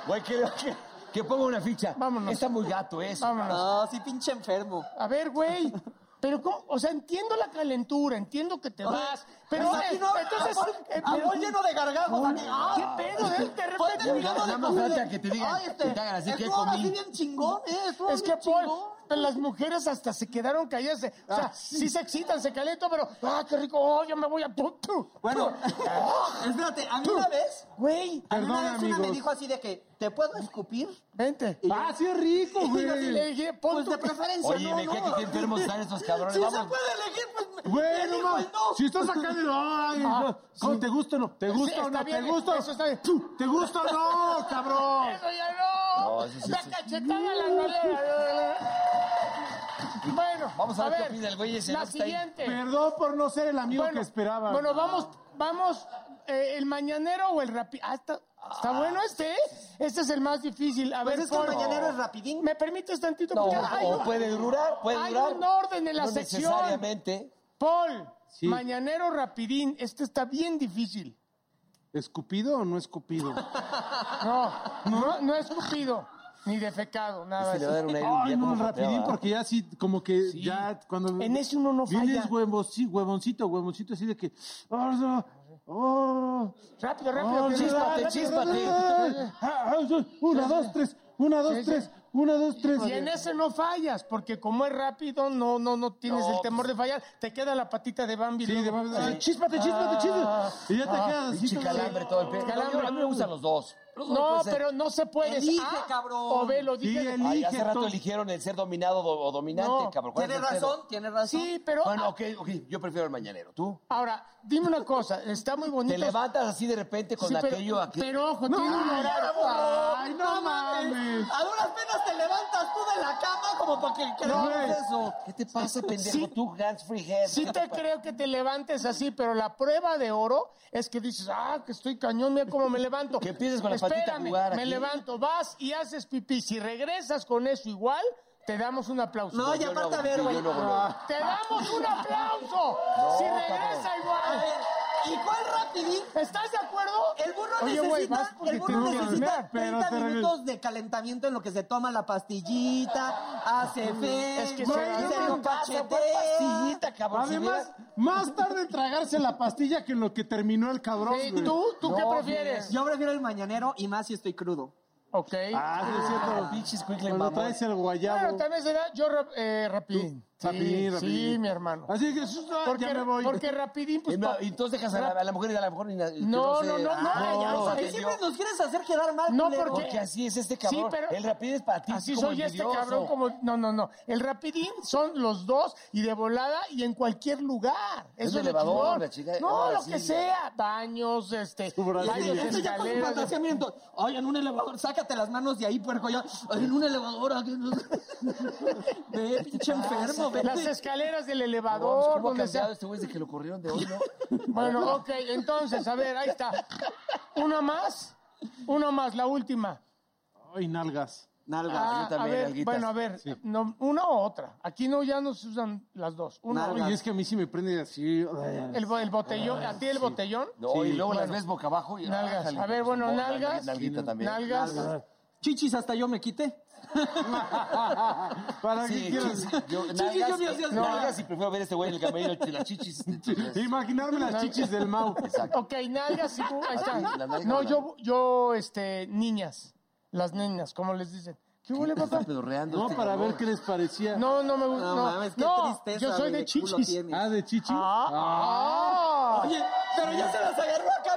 [SPEAKER 6] Güey, creo que, que ponga una ficha.
[SPEAKER 4] Vámonos.
[SPEAKER 6] Está muy gato eso.
[SPEAKER 4] Vámonos.
[SPEAKER 2] No, sí, pinche enfermo.
[SPEAKER 4] A ver, güey. Pero, ¿cómo? O sea, entiendo la calentura, entiendo que te vas. Pero,
[SPEAKER 2] Pues aquí no,
[SPEAKER 4] eh, entonces.
[SPEAKER 2] amor,
[SPEAKER 4] eh,
[SPEAKER 2] amor
[SPEAKER 4] pero-
[SPEAKER 2] lleno de gargajos. aquí.
[SPEAKER 4] ¿Qué
[SPEAKER 2] Ah,
[SPEAKER 4] pedo? eh? De, de
[SPEAKER 2] Fue
[SPEAKER 4] repente.
[SPEAKER 2] terminando de
[SPEAKER 6] nada más
[SPEAKER 2] comer.
[SPEAKER 6] falta que te digan,
[SPEAKER 2] Ay, este,
[SPEAKER 6] que te hagan así, ¿qué
[SPEAKER 2] estuvo ahora
[SPEAKER 6] comí?
[SPEAKER 2] sí bien chingón, ¿eh? Estuvo
[SPEAKER 4] Es que
[SPEAKER 2] bien
[SPEAKER 4] Paul,
[SPEAKER 2] chingón.
[SPEAKER 4] las mujeres hasta se quedaron calladas. de- O sea, sí. se excitan, se calientan, pero ah, qué rico, oh, yo me voy a tu, tu.
[SPEAKER 2] Bueno, espérate, a mí una vez,
[SPEAKER 4] Güey,
[SPEAKER 2] a mí
[SPEAKER 1] Perdón,
[SPEAKER 2] una vez una me
[SPEAKER 1] amigos.
[SPEAKER 2] dijo así de que, ¿te puedo escupir?
[SPEAKER 4] vente.
[SPEAKER 1] ¡Ah, sí es rico,
[SPEAKER 4] Y yo sí le
[SPEAKER 1] güey!
[SPEAKER 4] dije, pon
[SPEAKER 2] Pues
[SPEAKER 4] tu-
[SPEAKER 2] de preferencia,
[SPEAKER 6] Oye,
[SPEAKER 2] no,
[SPEAKER 6] ve que,
[SPEAKER 2] no.
[SPEAKER 6] que enfermos están estos cabrones.
[SPEAKER 2] Si se
[SPEAKER 6] Vamos.
[SPEAKER 2] puede elegir, pues me, me
[SPEAKER 1] Güey, no
[SPEAKER 2] dijo
[SPEAKER 1] mames.
[SPEAKER 2] el no.
[SPEAKER 1] Si estás acá de. Ay, no. ¿Cómo ¿Te gusta o no? ¿Te gusta o
[SPEAKER 4] está
[SPEAKER 1] no?
[SPEAKER 4] bien,
[SPEAKER 1] ¿Te gusta?
[SPEAKER 4] eso está bien.
[SPEAKER 1] Tú, ¿Te gusta o no, cabrón?
[SPEAKER 4] Eso ya no.
[SPEAKER 6] No, eso sí,
[SPEAKER 4] la
[SPEAKER 6] sí.
[SPEAKER 4] cachetada la nalga. Bueno,
[SPEAKER 6] Vamos a ver qué
[SPEAKER 4] ver,
[SPEAKER 6] opina el güey ese,
[SPEAKER 4] La
[SPEAKER 6] ¿no? Que está ahí.
[SPEAKER 4] siguiente.
[SPEAKER 1] Perdón por no ser el amigo que esperaba.
[SPEAKER 4] Bueno, vamos, vamos, eh, el mañanero o el rapi... Ah, está, está bueno este, ¿eh? Este es el más difícil. A
[SPEAKER 2] Pues
[SPEAKER 4] ver,
[SPEAKER 2] es que el
[SPEAKER 4] Paul,
[SPEAKER 2] mañanero es rapidín.
[SPEAKER 4] ¿Me permites tantito?
[SPEAKER 6] No,
[SPEAKER 4] Porque hay
[SPEAKER 6] o
[SPEAKER 4] un-
[SPEAKER 6] puede durar, puede
[SPEAKER 4] hay
[SPEAKER 6] durar.
[SPEAKER 4] un orden en la
[SPEAKER 6] no
[SPEAKER 4] sección.
[SPEAKER 6] necesariamente.
[SPEAKER 4] Paul,
[SPEAKER 1] Sí.
[SPEAKER 4] mañanero rapidín, este está bien difícil.
[SPEAKER 1] ¿Escupido o no escupido?
[SPEAKER 4] No, no, no es cupido, ni defecado, nada.
[SPEAKER 6] Se le va a dar
[SPEAKER 4] así.
[SPEAKER 6] un aire un
[SPEAKER 1] Ay,
[SPEAKER 6] día
[SPEAKER 1] no,
[SPEAKER 6] como
[SPEAKER 1] rapidín,
[SPEAKER 6] pateaba.
[SPEAKER 1] porque ya sí, como que ya cuando...
[SPEAKER 4] En ese uno no
[SPEAKER 1] Vienes
[SPEAKER 4] falla.
[SPEAKER 1] huevos, sí, huevoncito, huevoncito, así de que... ah, no, Oh,
[SPEAKER 4] Rápido, rápido,
[SPEAKER 1] oh,
[SPEAKER 4] que
[SPEAKER 1] rápido,
[SPEAKER 4] chíspate, chíspate.
[SPEAKER 1] rápido. Ah, ah, Una, dos, tres. Una, dos,
[SPEAKER 4] Sí, sí.
[SPEAKER 1] tres. Una, dos, tres.
[SPEAKER 4] Y en ese no fallas, porque como es rápido, no, no, no tienes el temor de fallar. Te queda la patita de Bambi.
[SPEAKER 1] Sí,
[SPEAKER 4] luego.
[SPEAKER 1] de más- ah, Chíspate, chíspate,
[SPEAKER 4] Ah,
[SPEAKER 1] chíspate. Y ya te quedas así.
[SPEAKER 6] Pinche
[SPEAKER 1] como-
[SPEAKER 6] calambre todo el pe...
[SPEAKER 4] Calambre.
[SPEAKER 6] No, yo- a mí me gustan los dos. Los dos
[SPEAKER 4] No,
[SPEAKER 6] puede ser.
[SPEAKER 4] pero no se puede.
[SPEAKER 2] Elige,
[SPEAKER 4] A
[SPEAKER 2] cabrón.
[SPEAKER 4] O B, lo
[SPEAKER 1] Sí,
[SPEAKER 4] dije.
[SPEAKER 6] Ay, hace
[SPEAKER 1] elige
[SPEAKER 6] rato
[SPEAKER 1] todo.
[SPEAKER 6] eligieron el ser dominado do- o dominante,
[SPEAKER 4] No,
[SPEAKER 6] cabrón. ¿Cuál
[SPEAKER 2] Tiene
[SPEAKER 6] es el pedo?
[SPEAKER 2] razón, tiene razón.
[SPEAKER 4] Sí, pero ah.
[SPEAKER 6] Bueno, ok, ok. Yo prefiero el mañanero. ¿Tú?
[SPEAKER 4] ahora, dime una cosa. Está muy bonito.
[SPEAKER 6] Te levantas así de repente con
[SPEAKER 4] Sí, pero-
[SPEAKER 6] aquello aquí.
[SPEAKER 4] Pero ojo, tiene un horario.
[SPEAKER 1] Ay, no mames.
[SPEAKER 2] A duras penas te levantas tú de la cama como para que creas eso.
[SPEAKER 6] ¿Qué te pasa, pendejo?
[SPEAKER 4] Sí.
[SPEAKER 6] Tú, hands free head.
[SPEAKER 4] Sí te creo que te levantes así, pero la prueba de oro es que dices, ah, que estoy cañón, mira cómo me levanto.
[SPEAKER 6] Que empieces con la patita a
[SPEAKER 4] Espérame,
[SPEAKER 6] jugar
[SPEAKER 4] me
[SPEAKER 6] aquí.
[SPEAKER 4] levanto, vas y haces pipí. Si regresas con eso igual, te damos un aplauso. Ah.
[SPEAKER 2] No, y aparte, a ver, güey.
[SPEAKER 4] ¡Te damos un aplauso! si regresa
[SPEAKER 2] A
[SPEAKER 4] igual.
[SPEAKER 2] ver, ¿y cuál rapidín?
[SPEAKER 4] ¿Estás de acuerdo?
[SPEAKER 2] El burro
[SPEAKER 4] Oye,
[SPEAKER 2] necesita,
[SPEAKER 4] güey, vas porque
[SPEAKER 2] el burro
[SPEAKER 4] tengo que
[SPEAKER 2] necesita
[SPEAKER 1] dormir, pero
[SPEAKER 2] 30
[SPEAKER 1] te regres-
[SPEAKER 2] minutos de calentamiento en lo que se toma la pastillita, hace fe,
[SPEAKER 4] Es que
[SPEAKER 2] güey,
[SPEAKER 4] se-
[SPEAKER 2] se lo
[SPEAKER 6] pasa? ¿Cuál
[SPEAKER 2] cachetea.
[SPEAKER 6] pastillita, cabrón? Si
[SPEAKER 1] Además, más tarde en tragarse la pastilla que en lo que terminó el cabrón.
[SPEAKER 4] ¿Y
[SPEAKER 1] güey.
[SPEAKER 4] tú? ¿Tú qué
[SPEAKER 6] No,
[SPEAKER 4] prefieres?
[SPEAKER 2] Yo prefiero el mañanero y más si estoy crudo.
[SPEAKER 4] Ok.
[SPEAKER 1] Ah, sí, es cierto.
[SPEAKER 6] pinches cuicle,
[SPEAKER 1] Cuando
[SPEAKER 6] mamón.
[SPEAKER 1] traes el
[SPEAKER 4] Bueno,
[SPEAKER 1] guayabo.
[SPEAKER 4] también será yo rap- eh, rapidín. Sí,
[SPEAKER 1] Rapidín,
[SPEAKER 4] Sí,
[SPEAKER 1] rapidín.
[SPEAKER 4] mi hermano.
[SPEAKER 1] Así que, sus- ah,
[SPEAKER 4] Porque,
[SPEAKER 1] ya me voy.
[SPEAKER 4] porque rapidín, pues...
[SPEAKER 6] Eh, no,
[SPEAKER 4] pa-
[SPEAKER 6] y entonces dejas a la, a la mujer y a la mujer. y na- que
[SPEAKER 4] No,
[SPEAKER 6] se-
[SPEAKER 4] no, no, no,
[SPEAKER 6] Ah,
[SPEAKER 4] ya,
[SPEAKER 6] no,
[SPEAKER 4] o sea,
[SPEAKER 6] te
[SPEAKER 4] que
[SPEAKER 6] dio.
[SPEAKER 2] Siempre nos quieres hacer quedar mal,
[SPEAKER 4] No,
[SPEAKER 2] culero.
[SPEAKER 4] porque-
[SPEAKER 6] Porque así es este cabrón.
[SPEAKER 4] Sí, pero-
[SPEAKER 6] El rapidez es para ti.
[SPEAKER 4] Así
[SPEAKER 6] como
[SPEAKER 4] soy este
[SPEAKER 6] envidioso.
[SPEAKER 4] cabrón como... No, no, no. El rapidín son los dos y de volada y en cualquier lugar. Eso
[SPEAKER 6] Es
[SPEAKER 4] es
[SPEAKER 6] de
[SPEAKER 4] lo
[SPEAKER 6] elevador,
[SPEAKER 4] chingón.
[SPEAKER 6] la chica-
[SPEAKER 4] No,
[SPEAKER 6] ahora
[SPEAKER 4] lo
[SPEAKER 6] sí,
[SPEAKER 4] que
[SPEAKER 6] ya.
[SPEAKER 4] sea. Baños, este...
[SPEAKER 1] Brasil.
[SPEAKER 4] baños,
[SPEAKER 2] Esto ya con su
[SPEAKER 4] escaleras,
[SPEAKER 2] fantasía, miren, to- ay, en un elevador, sácate las manos de ahí, puerco, ya, ay, en un elevador, ay, no. ve, pinche enfermo, ve.
[SPEAKER 4] Ah, Las escaleras del
[SPEAKER 6] Vamos,
[SPEAKER 4] elevador,
[SPEAKER 6] ¿Cómo ha
[SPEAKER 4] donde sea.
[SPEAKER 6] cambiado este güey desde que lo corrieron de hoy, no?
[SPEAKER 4] Bueno, ok, entonces, a ver, ahí está. Una más, una más, la última.
[SPEAKER 1] Ay, nalgas.
[SPEAKER 6] Nalga,
[SPEAKER 4] Ah,
[SPEAKER 6] yo también,
[SPEAKER 4] a ver,
[SPEAKER 6] alguitas.
[SPEAKER 4] bueno, a ver, no, una o otra. Aquí no, ya no se usan las dos. Una o
[SPEAKER 1] Oye,
[SPEAKER 4] otra.
[SPEAKER 1] es que a mí sí me prende así. ay,
[SPEAKER 4] el, bo- el botellón, ¿a ti el botellón?
[SPEAKER 6] No, y luego las ves boca abajo y...
[SPEAKER 4] Nalgas.
[SPEAKER 6] ájale,
[SPEAKER 4] A ver,
[SPEAKER 6] pues,
[SPEAKER 4] bueno,
[SPEAKER 6] no,
[SPEAKER 4] nalgas.
[SPEAKER 6] Nalguita también.
[SPEAKER 4] Nalgas.
[SPEAKER 2] Chichis, hasta yo me quité.
[SPEAKER 1] ¿Para
[SPEAKER 6] Sí,
[SPEAKER 1] qué quieres?
[SPEAKER 6] sí, yo,
[SPEAKER 2] Chichis, yo me hacía-
[SPEAKER 6] nalgas, eh, nalgas y prefiero ver a este güey en el camerino de las chichis.
[SPEAKER 1] Imaginarme las chichis del Mau.
[SPEAKER 4] Ok, nalgas y tú, ahí está.
[SPEAKER 6] Aquí, la nalga
[SPEAKER 4] No,
[SPEAKER 6] o la-
[SPEAKER 4] yo, yo, este, niñas. Las niñas, como les dicen. ¿Qué huele,
[SPEAKER 6] Está
[SPEAKER 4] papá?
[SPEAKER 6] pedorreando
[SPEAKER 1] No,
[SPEAKER 6] este
[SPEAKER 1] para
[SPEAKER 6] cabrón.
[SPEAKER 1] ver qué les parecía.
[SPEAKER 4] No, no me gusta.
[SPEAKER 2] No,
[SPEAKER 4] No,
[SPEAKER 2] mames, qué
[SPEAKER 4] no,
[SPEAKER 2] tristeza,
[SPEAKER 4] yo soy
[SPEAKER 2] güey,
[SPEAKER 4] de
[SPEAKER 2] culo
[SPEAKER 4] chichis.
[SPEAKER 2] tienes.
[SPEAKER 1] Ah, de chichi.
[SPEAKER 4] Ah, ah.
[SPEAKER 2] Oye, pero ya se las agarró acá,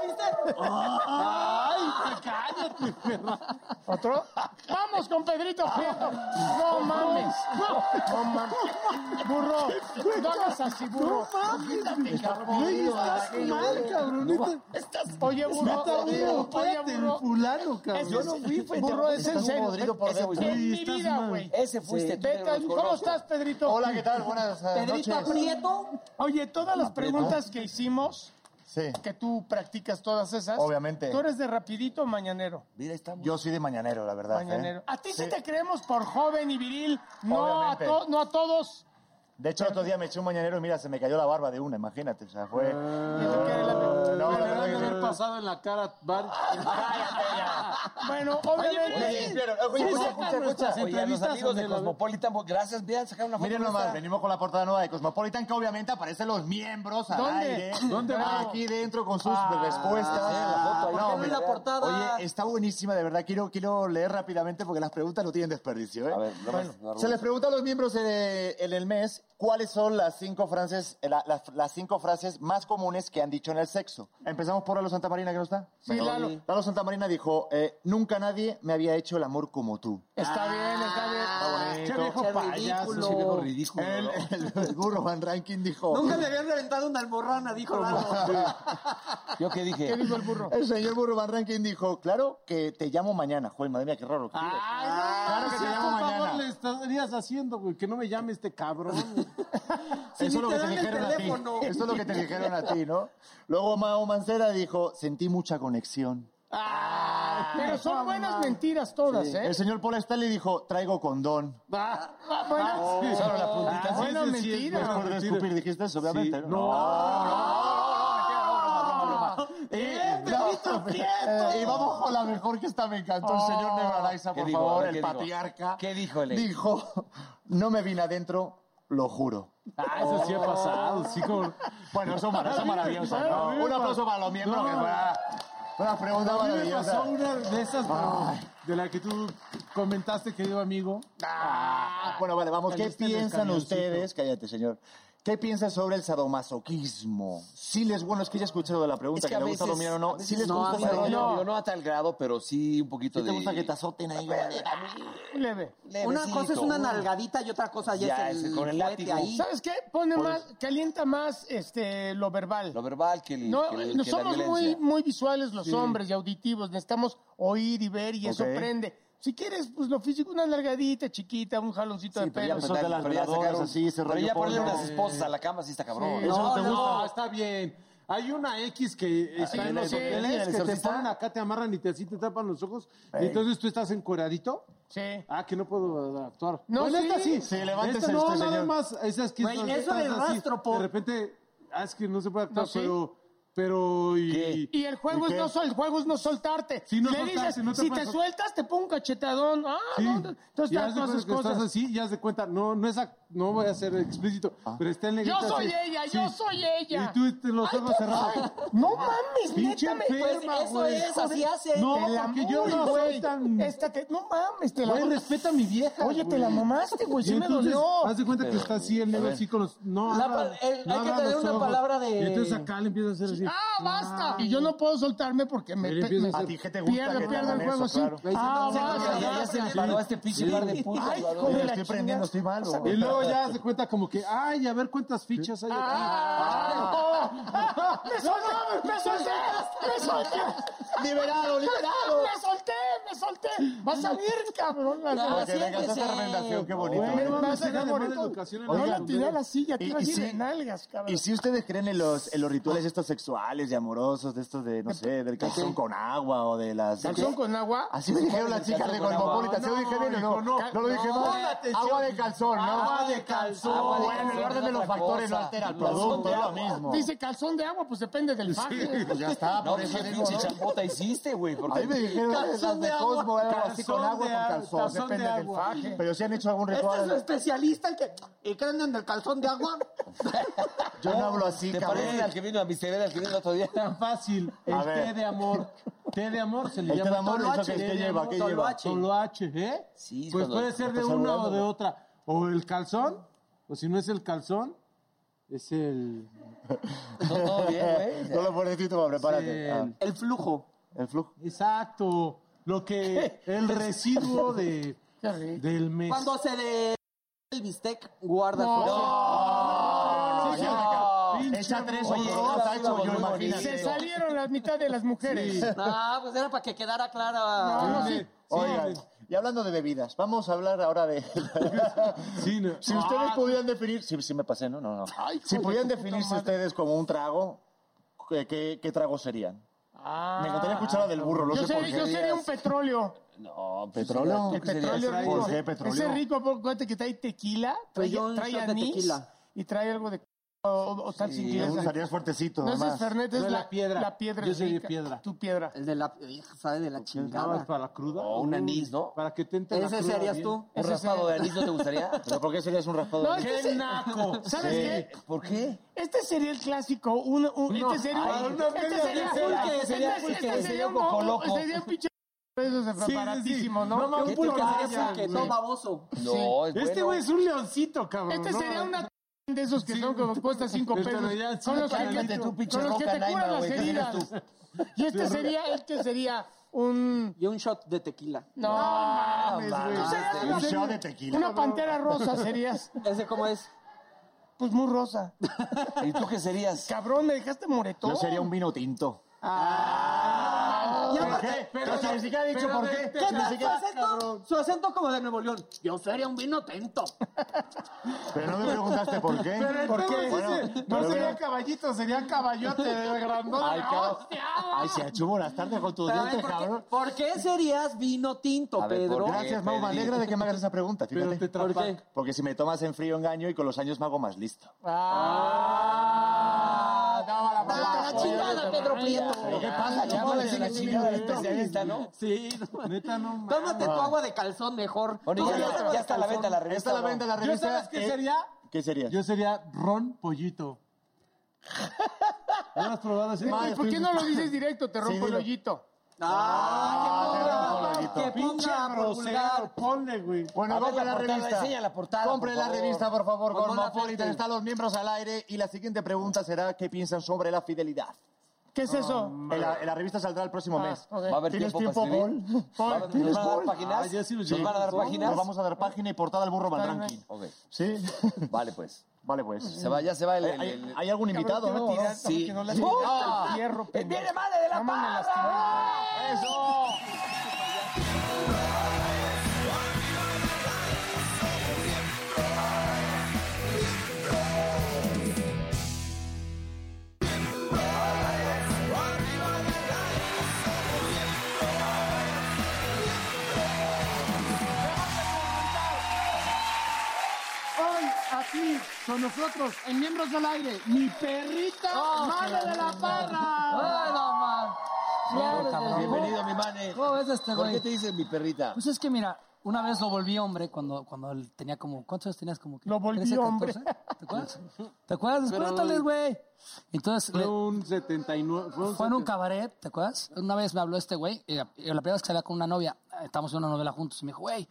[SPEAKER 6] Oh,
[SPEAKER 2] ¿viste?
[SPEAKER 1] Ay, cállate, perra.
[SPEAKER 4] ¿Otro? ¡Vamos con Pedrito Prieto! ¡No mames! ¡No mames! ¡Burro! ¡No hagas así, burro!
[SPEAKER 1] Mames, güey, estás mal, cabrón. neta.
[SPEAKER 4] Oye, burro,
[SPEAKER 1] Neta,
[SPEAKER 4] oye,
[SPEAKER 1] güey,
[SPEAKER 4] oye,
[SPEAKER 1] espérate, el
[SPEAKER 4] burro.
[SPEAKER 1] fulano,
[SPEAKER 4] Es-
[SPEAKER 1] cabrón.
[SPEAKER 4] Burro, es en
[SPEAKER 6] Estás
[SPEAKER 4] serio.
[SPEAKER 6] podrido por
[SPEAKER 4] Es
[SPEAKER 6] dentro.
[SPEAKER 4] en
[SPEAKER 1] Güey,
[SPEAKER 4] mi
[SPEAKER 1] estás
[SPEAKER 4] vida,
[SPEAKER 1] mal.
[SPEAKER 4] güey.
[SPEAKER 6] Ese fuiste tú. yo
[SPEAKER 4] Vete,
[SPEAKER 6] no los
[SPEAKER 4] ¿Cómo
[SPEAKER 6] conozco.
[SPEAKER 4] estás, Pedrito? Hola, ¿qué tal? Buenas
[SPEAKER 3] eh,
[SPEAKER 2] Pedrito Prieto.
[SPEAKER 4] Oye, todas las preguntas que hicimos,
[SPEAKER 3] Sí,
[SPEAKER 4] que tú practicas todas esas.
[SPEAKER 3] Obviamente.
[SPEAKER 4] ¿Tú eres de rapidito o mañanero?
[SPEAKER 6] Mira, ahí estamos.
[SPEAKER 3] yo soy de mañanero, la verdad. ¿eh?
[SPEAKER 4] Mañanero. A ti sí te creemos por joven y viril, no a,
[SPEAKER 3] Obviamente.
[SPEAKER 4] to- no a todos.
[SPEAKER 3] De hecho, el otro día me eché un mañanero y mira, se me cayó la barba de una, imagínate. O sea, fue...
[SPEAKER 4] Ah.
[SPEAKER 3] No, la verdad que sí.
[SPEAKER 1] pasado en la cara varios-
[SPEAKER 4] Bueno, obviamente.
[SPEAKER 3] pues,
[SPEAKER 6] Oye, pero, oye,
[SPEAKER 1] Sí,
[SPEAKER 6] escucha,
[SPEAKER 1] sacan
[SPEAKER 6] escucha,
[SPEAKER 1] nuestras
[SPEAKER 6] escucha. Oye, a los
[SPEAKER 1] entrevistas,
[SPEAKER 6] amigos de
[SPEAKER 1] Daniel, a ver.
[SPEAKER 6] Cosmopolitan, pues, gracias, vean, sacaron una foto.
[SPEAKER 3] Miren
[SPEAKER 6] ¿no
[SPEAKER 3] nomás,
[SPEAKER 6] está?
[SPEAKER 3] venimos con la portada nueva de Cosmopolitan, que obviamente aparecen los miembros al
[SPEAKER 4] ¿Dónde?
[SPEAKER 3] aire.
[SPEAKER 4] ¿Dónde?
[SPEAKER 3] Aquí dentro con sus respuestas.
[SPEAKER 6] Ah,
[SPEAKER 2] ¿Por qué no en la portada?
[SPEAKER 3] Oye, está buenísima, de verdad. Quiero, quiero leer rápidamente porque las preguntas no tienen desperdicio. ¿eh?
[SPEAKER 6] A ver, no más, no
[SPEAKER 3] Se les
[SPEAKER 6] arrugues.
[SPEAKER 3] pregunta a los miembros de- en el mes cuáles son las cinco, frases, eh, la- las, las cinco frases más comunes que han dicho en el sexo. Empezamos por Lalo Santa Marina, que no está.
[SPEAKER 4] Sí, Lalo.
[SPEAKER 3] Lalo Santa Marina dijo, eh, nunca nadie me había hecho el amor como tú.
[SPEAKER 4] Está bien, está bien.
[SPEAKER 1] Ah, Qué viejo
[SPEAKER 2] Qué
[SPEAKER 1] payaso,
[SPEAKER 2] ridículo.
[SPEAKER 1] qué viejo
[SPEAKER 3] El,
[SPEAKER 1] ridículo.
[SPEAKER 3] el- el burro Van Rankin dijo...
[SPEAKER 2] Nunca me habían reventado una almorrana,
[SPEAKER 6] Oh,
[SPEAKER 2] dijo Lalo.
[SPEAKER 6] ¿Yo qué dije?
[SPEAKER 4] ¿Qué dijo el burro?
[SPEAKER 3] El señor burro Van Rankin dijo, claro que te llamo mañana. Joder, madre mía, qué raro.
[SPEAKER 4] Ah,
[SPEAKER 1] Ay,
[SPEAKER 3] Ah, claro que
[SPEAKER 1] sí,
[SPEAKER 3] te llamo
[SPEAKER 1] por favor,
[SPEAKER 3] mañana.
[SPEAKER 1] le estarías haciendo, güey, que no me llame este cabrón. güey.
[SPEAKER 2] Si
[SPEAKER 3] Eso es
[SPEAKER 2] ni
[SPEAKER 3] lo
[SPEAKER 2] te
[SPEAKER 3] que te
[SPEAKER 2] dan el
[SPEAKER 3] dijeron a ti.
[SPEAKER 2] teléfono.
[SPEAKER 3] Eso es lo que te dijeron a ti, ¿no? Luego Mao Mancera dijo, sentí mucha conexión. Ah,
[SPEAKER 4] Pero son buenas mentiras todas, ¿eh?
[SPEAKER 3] El señor Paul Stanley dijo, traigo condón.
[SPEAKER 1] Ah,
[SPEAKER 4] Ah, buenas-
[SPEAKER 3] oh, Solo la puntita.
[SPEAKER 1] ah,
[SPEAKER 4] buena
[SPEAKER 1] ese sí es
[SPEAKER 4] mentira.
[SPEAKER 1] buena
[SPEAKER 3] Por
[SPEAKER 1] mentira.
[SPEAKER 3] escupir, dijiste eso, obviamente. Ah,
[SPEAKER 1] Sí.
[SPEAKER 3] Eh, eh, Y vamos con la mejor que esta me encantó. El señor Negro Araiza,
[SPEAKER 6] ¿Qué
[SPEAKER 3] por
[SPEAKER 6] dijo?
[SPEAKER 3] favor,
[SPEAKER 6] ¿Qué
[SPEAKER 3] el
[SPEAKER 6] dijo?
[SPEAKER 3] patriarca.
[SPEAKER 6] ¿Qué dijo el ex?
[SPEAKER 3] Dijo, no me vine adentro, lo juro.
[SPEAKER 1] Ah, eso sí ha pasado. Sí, como.
[SPEAKER 3] Bueno, eso, eso es maravilloso. ¿no? Un aplauso para los miembros que fue ah, una pregunta
[SPEAKER 1] A mí me pasó
[SPEAKER 3] maravillosa.
[SPEAKER 1] una de esas, pero de la que tú comentaste, querido amigo.
[SPEAKER 3] Ah, bueno, vale, vamos. ¿Qué
[SPEAKER 1] Saliste en el
[SPEAKER 3] piensan
[SPEAKER 1] camioncito.
[SPEAKER 3] ustedes? Cállate, señor. ¿Qué piensan sobre el sadomasoquismo? Si les, bueno, es que ya he escuchado la pregunta,
[SPEAKER 6] Es que
[SPEAKER 3] que,
[SPEAKER 6] a
[SPEAKER 3] le gusta
[SPEAKER 6] veces-
[SPEAKER 3] dominar o
[SPEAKER 6] a
[SPEAKER 3] no.
[SPEAKER 6] veces
[SPEAKER 3] Si les
[SPEAKER 6] no,
[SPEAKER 3] gusta
[SPEAKER 6] a mí no,
[SPEAKER 3] sadomasoquismo?
[SPEAKER 6] yo no a tal grado, pero sí un poquito
[SPEAKER 3] ¿Qué
[SPEAKER 6] de...
[SPEAKER 3] te gusta que te azoten ahí? güey?
[SPEAKER 4] Leve.
[SPEAKER 2] Una cosa es una
[SPEAKER 6] nalgada.
[SPEAKER 2] nalgadita y otra cosa ya,
[SPEAKER 6] Ya,
[SPEAKER 2] es el,
[SPEAKER 6] ese con el
[SPEAKER 2] cohete
[SPEAKER 6] látigo.
[SPEAKER 2] ahí.
[SPEAKER 4] ¿Sabes qué? Pone más, calienta más este, lo verbal.
[SPEAKER 6] Lo verbal que, el-
[SPEAKER 4] No,
[SPEAKER 6] que el-
[SPEAKER 4] no
[SPEAKER 6] que la
[SPEAKER 4] somos muy,
[SPEAKER 6] violencia.
[SPEAKER 4] muy visuales los hombres y auditivos. Necesitamos oír y ver y eso
[SPEAKER 3] Ok.
[SPEAKER 4] prende. Si quieres, pues lo físico, una largadita, chiquita, un jaloncito
[SPEAKER 6] Sí,
[SPEAKER 4] de
[SPEAKER 6] pero ya
[SPEAKER 4] pelo.
[SPEAKER 3] Eso pues, de las
[SPEAKER 6] pero ya
[SPEAKER 3] veladoras,
[SPEAKER 6] sacaron-
[SPEAKER 3] así, se
[SPEAKER 6] Pero
[SPEAKER 3] rayó
[SPEAKER 6] ya ponerle
[SPEAKER 3] polvo.
[SPEAKER 6] unas esposas a la cama sí está cabrón.
[SPEAKER 1] no,
[SPEAKER 3] ¿Eso no te
[SPEAKER 1] no,
[SPEAKER 3] gusta?
[SPEAKER 1] no, está bien. Hay una X que está
[SPEAKER 6] Ahí
[SPEAKER 1] en
[SPEAKER 6] en
[SPEAKER 1] los
[SPEAKER 6] el-
[SPEAKER 1] hoteles
[SPEAKER 3] en el
[SPEAKER 1] que te
[SPEAKER 3] exorcista.
[SPEAKER 1] ponen acá, te amarran y te así te tapan los ojos. Y entonces tú estás encueradito.
[SPEAKER 4] Sí.
[SPEAKER 1] Ah, que no puedo actuar.
[SPEAKER 4] No,
[SPEAKER 1] bueno,
[SPEAKER 4] sí.
[SPEAKER 1] esta sí.
[SPEAKER 3] Sí, levántese
[SPEAKER 1] Esta no,
[SPEAKER 3] usted,
[SPEAKER 1] nada
[SPEAKER 3] señor.
[SPEAKER 1] más. Esas que
[SPEAKER 2] Güey,
[SPEAKER 1] son-
[SPEAKER 2] eso
[SPEAKER 1] estás
[SPEAKER 2] del
[SPEAKER 1] así,
[SPEAKER 2] rastro, po.
[SPEAKER 1] De repente, ah, es que no se puede actuar,
[SPEAKER 4] No, sí.
[SPEAKER 1] pero... Pero... Y,
[SPEAKER 4] Y el juego,
[SPEAKER 3] ¿Y
[SPEAKER 4] es
[SPEAKER 3] qué?
[SPEAKER 4] no, sol- el juego es no soltarte.
[SPEAKER 1] Si no
[SPEAKER 4] Le
[SPEAKER 1] soltarse,
[SPEAKER 4] dices,
[SPEAKER 1] no te
[SPEAKER 4] si
[SPEAKER 1] puedes
[SPEAKER 4] te
[SPEAKER 1] sol-
[SPEAKER 4] sueltas, te pongo un cachetadón. Ah,
[SPEAKER 1] Sí.
[SPEAKER 4] no, entonces
[SPEAKER 1] y haz
[SPEAKER 4] todas
[SPEAKER 1] de cuenta
[SPEAKER 4] esas
[SPEAKER 1] que estás
[SPEAKER 4] cosas.
[SPEAKER 1] así y haz de cuenta, no, no es, ac- no voy a ser explícito,
[SPEAKER 3] Ah.
[SPEAKER 1] pero está en negrita
[SPEAKER 4] Yo soy
[SPEAKER 1] así.
[SPEAKER 4] ella, yo
[SPEAKER 1] Sí.
[SPEAKER 4] soy ella.
[SPEAKER 1] Y tú te- los
[SPEAKER 4] Ay,
[SPEAKER 1] ojos
[SPEAKER 4] tú-
[SPEAKER 1] cerrados.
[SPEAKER 4] No mames,
[SPEAKER 1] Pinche
[SPEAKER 4] neta, me- pues,
[SPEAKER 1] enferma,
[SPEAKER 4] eso
[SPEAKER 1] güey.
[SPEAKER 4] es, así
[SPEAKER 2] hace.
[SPEAKER 1] No,
[SPEAKER 4] te la
[SPEAKER 1] porque yo
[SPEAKER 4] muy,
[SPEAKER 1] no soy
[SPEAKER 4] güey.
[SPEAKER 1] tan-
[SPEAKER 4] Esta te- No mames, te la
[SPEAKER 1] Güey, respeta a mi vieja.
[SPEAKER 4] Oye, te
[SPEAKER 1] güey.
[SPEAKER 4] la mamaste, güey.
[SPEAKER 1] Y
[SPEAKER 4] Sí me
[SPEAKER 1] entonces,
[SPEAKER 4] dolió.
[SPEAKER 1] Haz de cuenta que está así el negro así con los. No,
[SPEAKER 2] La
[SPEAKER 1] abra-
[SPEAKER 2] pa- el-
[SPEAKER 1] no
[SPEAKER 2] hay que
[SPEAKER 1] abra
[SPEAKER 2] tener
[SPEAKER 1] los
[SPEAKER 2] una
[SPEAKER 1] ojos.
[SPEAKER 2] palabra de-
[SPEAKER 1] Y entonces acá le empieza a hacer así.
[SPEAKER 4] Ah, basta. Y yo no puedo soltarme porque me,
[SPEAKER 1] Él empieza a
[SPEAKER 4] me-
[SPEAKER 1] hacer-
[SPEAKER 3] ¿A ti qué te gusta
[SPEAKER 4] pierde,
[SPEAKER 3] que te
[SPEAKER 4] pierde
[SPEAKER 3] hagan
[SPEAKER 4] el juego,
[SPEAKER 3] eso? Claro.
[SPEAKER 4] sí. Ah,
[SPEAKER 2] Ya,
[SPEAKER 4] basta,
[SPEAKER 2] ya, ya
[SPEAKER 4] basta.
[SPEAKER 2] se me paró este pinche par de putas.
[SPEAKER 4] Ay,
[SPEAKER 2] güey.
[SPEAKER 4] hijo de
[SPEAKER 3] Oye,
[SPEAKER 4] la
[SPEAKER 3] estoy
[SPEAKER 4] chingada.
[SPEAKER 3] prendiendo, estoy malo.
[SPEAKER 1] Y luego ya se cuenta como que, ay, a ver cuántas fichas hay aquí.
[SPEAKER 4] Ah, ah, ¡Me solté! ¡Me solté! ¡Me solté!
[SPEAKER 2] ¡Liberado, liberado!
[SPEAKER 4] ¡Me solté! ¡Me solté! ¡Vas a ver, cabrón! Vas a-
[SPEAKER 3] Oye, me encantó esta recomendación, qué bonito.
[SPEAKER 1] Güey,
[SPEAKER 3] ¿eh?
[SPEAKER 1] no
[SPEAKER 4] vas
[SPEAKER 1] deja
[SPEAKER 4] a ver
[SPEAKER 1] de mala
[SPEAKER 4] bonito.
[SPEAKER 1] educación en
[SPEAKER 4] No
[SPEAKER 1] la
[SPEAKER 4] la
[SPEAKER 1] vida.
[SPEAKER 4] tiré a la silla,
[SPEAKER 3] Y-
[SPEAKER 4] tira
[SPEAKER 3] y
[SPEAKER 4] así
[SPEAKER 3] sí.
[SPEAKER 4] de nalgas, cabrón.
[SPEAKER 3] Y si ustedes creen en los, en los rituales estos sexuales y amorosos, de estos de, no sé, del calzón con agua o de las...
[SPEAKER 4] ¿Calzón con agua?
[SPEAKER 3] Así me dijeron las chicas de Cosmopolitan. ¿Sí lo dije bien o no?
[SPEAKER 1] No,
[SPEAKER 3] No, lo dije
[SPEAKER 1] no, pon
[SPEAKER 3] mal.
[SPEAKER 1] atención.
[SPEAKER 3] Agua de calzón, ¿no?
[SPEAKER 1] Agua de calzón.
[SPEAKER 3] Ah, bueno,
[SPEAKER 6] calzón
[SPEAKER 3] el orden
[SPEAKER 6] es
[SPEAKER 3] de los
[SPEAKER 6] otra
[SPEAKER 3] factores no
[SPEAKER 6] cosa.
[SPEAKER 3] altera el
[SPEAKER 6] El calzón
[SPEAKER 3] producto,
[SPEAKER 6] de
[SPEAKER 3] es lo
[SPEAKER 6] agua.
[SPEAKER 3] mismo.
[SPEAKER 4] Dice calzón de agua, pues depende del
[SPEAKER 1] Este
[SPEAKER 4] faje.
[SPEAKER 3] Pues ya está,
[SPEAKER 6] No,
[SPEAKER 3] por
[SPEAKER 6] pues
[SPEAKER 3] eso
[SPEAKER 6] qué
[SPEAKER 3] digo,
[SPEAKER 6] pinche
[SPEAKER 3] ¿no?
[SPEAKER 6] chambota hiciste, güey.
[SPEAKER 3] A
[SPEAKER 6] Porque
[SPEAKER 3] mí me dijeron las de Cosmo, algo así con
[SPEAKER 1] Calzón
[SPEAKER 3] agua,
[SPEAKER 1] de
[SPEAKER 3] con
[SPEAKER 1] agua,
[SPEAKER 3] calzón.
[SPEAKER 1] calzón
[SPEAKER 3] Depende
[SPEAKER 1] de
[SPEAKER 3] del
[SPEAKER 1] agua.
[SPEAKER 3] faje. Pero si han hecho algún
[SPEAKER 2] Este es su
[SPEAKER 3] ritual.
[SPEAKER 2] especialista, el que. ¿Y creen en el calzón de agua?
[SPEAKER 3] Yo no hablo así,
[SPEAKER 6] ¿Te
[SPEAKER 3] cabrón.
[SPEAKER 6] parece al que vino a mi TV, al que vino el otro día?
[SPEAKER 1] tan fácil. El
[SPEAKER 3] A
[SPEAKER 1] té
[SPEAKER 3] ver.
[SPEAKER 1] de amor. Té de amor se le
[SPEAKER 3] El té de
[SPEAKER 1] llama.
[SPEAKER 3] Este amor,
[SPEAKER 1] Toloache,
[SPEAKER 3] eso que-
[SPEAKER 1] té
[SPEAKER 3] ¿qué
[SPEAKER 1] de
[SPEAKER 3] lleva?
[SPEAKER 1] amor,
[SPEAKER 3] ¿Qué lleva?
[SPEAKER 2] Toloache.
[SPEAKER 1] Toloache, ¿eh?
[SPEAKER 6] Sí,
[SPEAKER 1] pues
[SPEAKER 6] cuando-
[SPEAKER 1] puede ser de
[SPEAKER 3] estás
[SPEAKER 1] una o
[SPEAKER 3] hablando.
[SPEAKER 1] de otra. O el calzón, o si no es el calzón, es el...
[SPEAKER 6] No, todo bien, güey.
[SPEAKER 3] No eh, lo pones, Tito, pero prepárate. Ah,
[SPEAKER 1] el-
[SPEAKER 2] El flujo.
[SPEAKER 3] El flujo.
[SPEAKER 1] eh, exacto, lo que... El residuo de,
[SPEAKER 4] Qué rico.
[SPEAKER 1] del mes.
[SPEAKER 2] Cuando se le. El bistec guarda el flujo.
[SPEAKER 1] Sí, sí, acá. Pinche
[SPEAKER 3] Echa tres
[SPEAKER 1] amor.
[SPEAKER 3] o dos, yo
[SPEAKER 6] muy
[SPEAKER 3] imagino.
[SPEAKER 6] bonito.
[SPEAKER 4] Se salieron la mitad de las mujeres.
[SPEAKER 2] No, pues era para que quedara clara. Ah,
[SPEAKER 1] Sí, sí,
[SPEAKER 3] Oigan, y hablando de bebidas, vamos a hablar ahora de...
[SPEAKER 1] sí, no.
[SPEAKER 3] Si ustedes pudieran definir, si me pasé, no, no, no. si pudieran definirse ustedes como un trago, ¿qué, qué- qué trago serían?
[SPEAKER 4] Ah.
[SPEAKER 3] me encantaría escuchar la del burro, no
[SPEAKER 4] Yo,
[SPEAKER 3] sé por
[SPEAKER 4] sería,
[SPEAKER 3] qué.
[SPEAKER 4] yo sería un petróleo.
[SPEAKER 3] No, petróleo.
[SPEAKER 4] El petróleo rico.
[SPEAKER 3] ¿Por qué ¿eh? petróleo?
[SPEAKER 4] Ese rico, por- acuérdate que trae tequila, trae,
[SPEAKER 2] Pues yo un
[SPEAKER 4] trae
[SPEAKER 2] shot de
[SPEAKER 4] anís
[SPEAKER 2] tequila.
[SPEAKER 4] y trae algo de... O, o- o tal sin
[SPEAKER 3] Y
[SPEAKER 4] inglesa.
[SPEAKER 3] estarías fuertecito,
[SPEAKER 4] No ese es
[SPEAKER 3] además.
[SPEAKER 4] Fernet,
[SPEAKER 1] Yo
[SPEAKER 4] es la,
[SPEAKER 1] de la piedra.
[SPEAKER 4] La piedra
[SPEAKER 1] Yo soy de
[SPEAKER 4] rica.
[SPEAKER 1] piedra.
[SPEAKER 4] Tu piedra.
[SPEAKER 3] Eh,
[SPEAKER 2] El de la. hija Sabe de la
[SPEAKER 1] Nada más
[SPEAKER 2] chingada.
[SPEAKER 1] para la cruda.
[SPEAKER 6] O un anís, ¿no?
[SPEAKER 1] Para que te entre la
[SPEAKER 2] Ese
[SPEAKER 1] cruda
[SPEAKER 2] serías
[SPEAKER 1] bien.
[SPEAKER 2] tú.
[SPEAKER 6] ¿Un raspado de anís no te gustaría?
[SPEAKER 3] ¿Pero por qué serías un raspado?
[SPEAKER 4] No,
[SPEAKER 3] de-
[SPEAKER 4] este,
[SPEAKER 1] ¡Qué
[SPEAKER 4] se-
[SPEAKER 1] naco!
[SPEAKER 4] ¿Sabes qué?
[SPEAKER 6] ¿Por qué?
[SPEAKER 4] Este sería el clásico. Un, un-
[SPEAKER 1] No,
[SPEAKER 4] este sería un...
[SPEAKER 1] ay, no,
[SPEAKER 4] este
[SPEAKER 1] no, no, no,
[SPEAKER 4] sería este-
[SPEAKER 2] sería
[SPEAKER 4] este-
[SPEAKER 2] pulque,
[SPEAKER 4] este
[SPEAKER 2] sería
[SPEAKER 4] sería un...
[SPEAKER 2] un poco
[SPEAKER 4] un-
[SPEAKER 2] loco.
[SPEAKER 4] Sería un pinche... Esos de
[SPEAKER 1] sí.
[SPEAKER 4] preparatísimo, ¿no?
[SPEAKER 1] No, mames,
[SPEAKER 4] Un
[SPEAKER 1] un pulque
[SPEAKER 4] pulque.
[SPEAKER 1] sería
[SPEAKER 2] que no baboso.
[SPEAKER 6] No, es
[SPEAKER 1] Este
[SPEAKER 6] bueno.
[SPEAKER 1] güey es un leoncito, cabrón.
[SPEAKER 4] Este
[SPEAKER 1] no,
[SPEAKER 4] sería una de esos que
[SPEAKER 1] Sí.
[SPEAKER 4] son como cuesta cinco
[SPEAKER 1] Pero
[SPEAKER 4] pesos.
[SPEAKER 1] ya,
[SPEAKER 4] Son
[SPEAKER 1] sí,
[SPEAKER 4] los que,
[SPEAKER 1] cálmate
[SPEAKER 4] te-
[SPEAKER 1] tú,
[SPEAKER 6] pinche
[SPEAKER 4] con los que
[SPEAKER 6] roca
[SPEAKER 4] te
[SPEAKER 6] naima,
[SPEAKER 4] curan las
[SPEAKER 6] güey, ¿qué serías
[SPEAKER 4] heridas. Y este sería, este sería un
[SPEAKER 2] Y un shot de tequila.
[SPEAKER 4] no, mames, güey. Tú serías
[SPEAKER 3] Este, Un
[SPEAKER 4] una-
[SPEAKER 3] shot de tequila.
[SPEAKER 4] Una pantera rosa serías,
[SPEAKER 2] ¿Ese cómo es?
[SPEAKER 4] pues muy rosa.
[SPEAKER 6] ¿Y tú qué serías?
[SPEAKER 4] Cabrón, me dejaste moretón.
[SPEAKER 3] Yo sería un vino tinto.
[SPEAKER 2] Y
[SPEAKER 3] Ah. ¿Por
[SPEAKER 2] aparte,
[SPEAKER 3] qué? Pero este, si ni siquiera ha dicho por qué.
[SPEAKER 2] ¿Qué
[SPEAKER 3] Si ni
[SPEAKER 2] tal su
[SPEAKER 3] siquiera-
[SPEAKER 2] acento? Su acento como de Nuevo León. Yo sería un vino tento.
[SPEAKER 3] Pero no me preguntaste por qué.
[SPEAKER 1] ¿Por qué?
[SPEAKER 3] Bueno,
[SPEAKER 1] no
[SPEAKER 3] pero este,
[SPEAKER 1] sería
[SPEAKER 3] mira-
[SPEAKER 1] caballito, sería caballote de grandón.
[SPEAKER 3] Ay, cabrón. Ay, se achumó buenas tardes con tu
[SPEAKER 2] Pero a ver,
[SPEAKER 3] diente,
[SPEAKER 2] ¿por qué-
[SPEAKER 3] cabrón.
[SPEAKER 2] ¿Por qué serías vino tinto,
[SPEAKER 6] A ver,
[SPEAKER 2] Pedro? eh,
[SPEAKER 6] ¿por qué?
[SPEAKER 3] Gracias, Mau. Me
[SPEAKER 6] Pedí.
[SPEAKER 3] alegra de que me hagas esa pregunta,
[SPEAKER 1] Pero
[SPEAKER 3] fíjate.
[SPEAKER 1] te
[SPEAKER 2] ¿Por
[SPEAKER 1] trampa.
[SPEAKER 2] qué?
[SPEAKER 3] Porque si me tomas en frío engaño y con los años me hago más listo.
[SPEAKER 2] Ah, la chingada, Pedro Prieto.
[SPEAKER 3] ¿Qué pasa? Ya me decís la chingada del especialista, ¿no?
[SPEAKER 2] Sí, no.
[SPEAKER 1] Neta, no mames.
[SPEAKER 2] Tómate tu agua de calzón mejor.
[SPEAKER 6] Bueno,
[SPEAKER 2] Tú
[SPEAKER 6] ya,
[SPEAKER 2] serías agua
[SPEAKER 6] ya
[SPEAKER 2] de
[SPEAKER 6] está a la
[SPEAKER 2] calzón.
[SPEAKER 6] venta la
[SPEAKER 3] Está
[SPEAKER 6] revista.
[SPEAKER 3] a la
[SPEAKER 6] ¿no?
[SPEAKER 3] venta la
[SPEAKER 1] ¿Yo
[SPEAKER 3] revista.
[SPEAKER 1] sabes qué
[SPEAKER 3] eh,
[SPEAKER 1] sería?
[SPEAKER 3] ¿Qué sería?
[SPEAKER 1] Yo sería Ron Pollito. ¿No lo has probado ese?
[SPEAKER 4] ¿Y por qué no lo dices directo? Te rompo el
[SPEAKER 3] dilo.
[SPEAKER 4] hoyito.
[SPEAKER 2] ¡Ah!
[SPEAKER 3] Ah,
[SPEAKER 2] ¡Qué
[SPEAKER 3] te
[SPEAKER 2] ponga! ¡Qué
[SPEAKER 1] Pinche
[SPEAKER 2] ponga
[SPEAKER 1] grosero,
[SPEAKER 2] vulgar!
[SPEAKER 1] ponle, güey.
[SPEAKER 3] Bueno,
[SPEAKER 2] A ver,
[SPEAKER 3] compre
[SPEAKER 2] la
[SPEAKER 3] la,
[SPEAKER 2] portada,
[SPEAKER 3] revista.
[SPEAKER 2] enseña la portada,
[SPEAKER 3] Compre
[SPEAKER 2] por
[SPEAKER 3] la
[SPEAKER 2] favor.
[SPEAKER 3] revista, por favor,
[SPEAKER 2] Con Mona
[SPEAKER 3] Cosmopolitan.
[SPEAKER 2] Ferte.
[SPEAKER 3] Están los miembros al aire y la siguiente pregunta será ¿qué piensan sobre la fidelidad?
[SPEAKER 4] ¿Qué es eso?
[SPEAKER 3] En la, en la revista saldrá el próximo
[SPEAKER 4] Ah,
[SPEAKER 3] mes.
[SPEAKER 4] ok.
[SPEAKER 2] ¿Va a haber
[SPEAKER 3] ¿Tienes
[SPEAKER 2] tiempo,
[SPEAKER 3] tiempo,
[SPEAKER 2] para escribir? ¿Va
[SPEAKER 3] Paul?
[SPEAKER 2] a haber- ¿Nos van a dar páginas?
[SPEAKER 1] Ah, ya sí lo
[SPEAKER 2] ¿Nos
[SPEAKER 1] llegué.
[SPEAKER 2] van a dar
[SPEAKER 1] ¿Cómo?
[SPEAKER 2] páginas?
[SPEAKER 3] Nos vamos a dar página y portada al burro Van Ranking.
[SPEAKER 6] Ok.
[SPEAKER 3] ¿Sí?
[SPEAKER 6] Vale, pues.
[SPEAKER 3] Vale, pues.
[SPEAKER 6] Se va, ya se va el.
[SPEAKER 3] ¿Hay,
[SPEAKER 6] el- el-
[SPEAKER 3] hay- hay algún invitado,
[SPEAKER 4] Cabrón,
[SPEAKER 3] no?
[SPEAKER 4] te iba a tirar,
[SPEAKER 3] ¿No?
[SPEAKER 4] porque
[SPEAKER 6] Sí.
[SPEAKER 4] no le has
[SPEAKER 6] ¡Oh!
[SPEAKER 4] tirado el fierro, pendejo.
[SPEAKER 2] ¡Viene madre de la
[SPEAKER 4] No me
[SPEAKER 2] parra!
[SPEAKER 4] lastimes.
[SPEAKER 3] ¡Eso!
[SPEAKER 1] Hoy, aquí, con nosotros, en Miembros al Aire, mi perrita,
[SPEAKER 9] Oh,
[SPEAKER 1] madre de la parra.
[SPEAKER 2] ¡Ay, no, man! Claro,
[SPEAKER 6] Bienvenido, mi mane.
[SPEAKER 2] ¿Cómo ves a este
[SPEAKER 6] ¿Por qué
[SPEAKER 2] güey?
[SPEAKER 6] te dicen mi perrita?
[SPEAKER 9] Pues es que mira, una vez lo volví hombre cuando, cuando él tenía como. ¿Cuántos años tenías como que?
[SPEAKER 4] Lo volví
[SPEAKER 9] 13, 14,
[SPEAKER 4] hombre.
[SPEAKER 9] ¿Te acuerdas? ¿Te acuerdas? Pues
[SPEAKER 1] Pero-
[SPEAKER 9] Cuéntales, güey. Entonces,
[SPEAKER 1] Fue
[SPEAKER 9] le-
[SPEAKER 1] un 79. Fue un
[SPEAKER 9] fue en un
[SPEAKER 1] 70.
[SPEAKER 9] cabaret, ¿te acuerdas? Una vez me habló este güey, y la y la primera vez que salía con una novia, estábamos en una novela juntos, y me dijo, güey,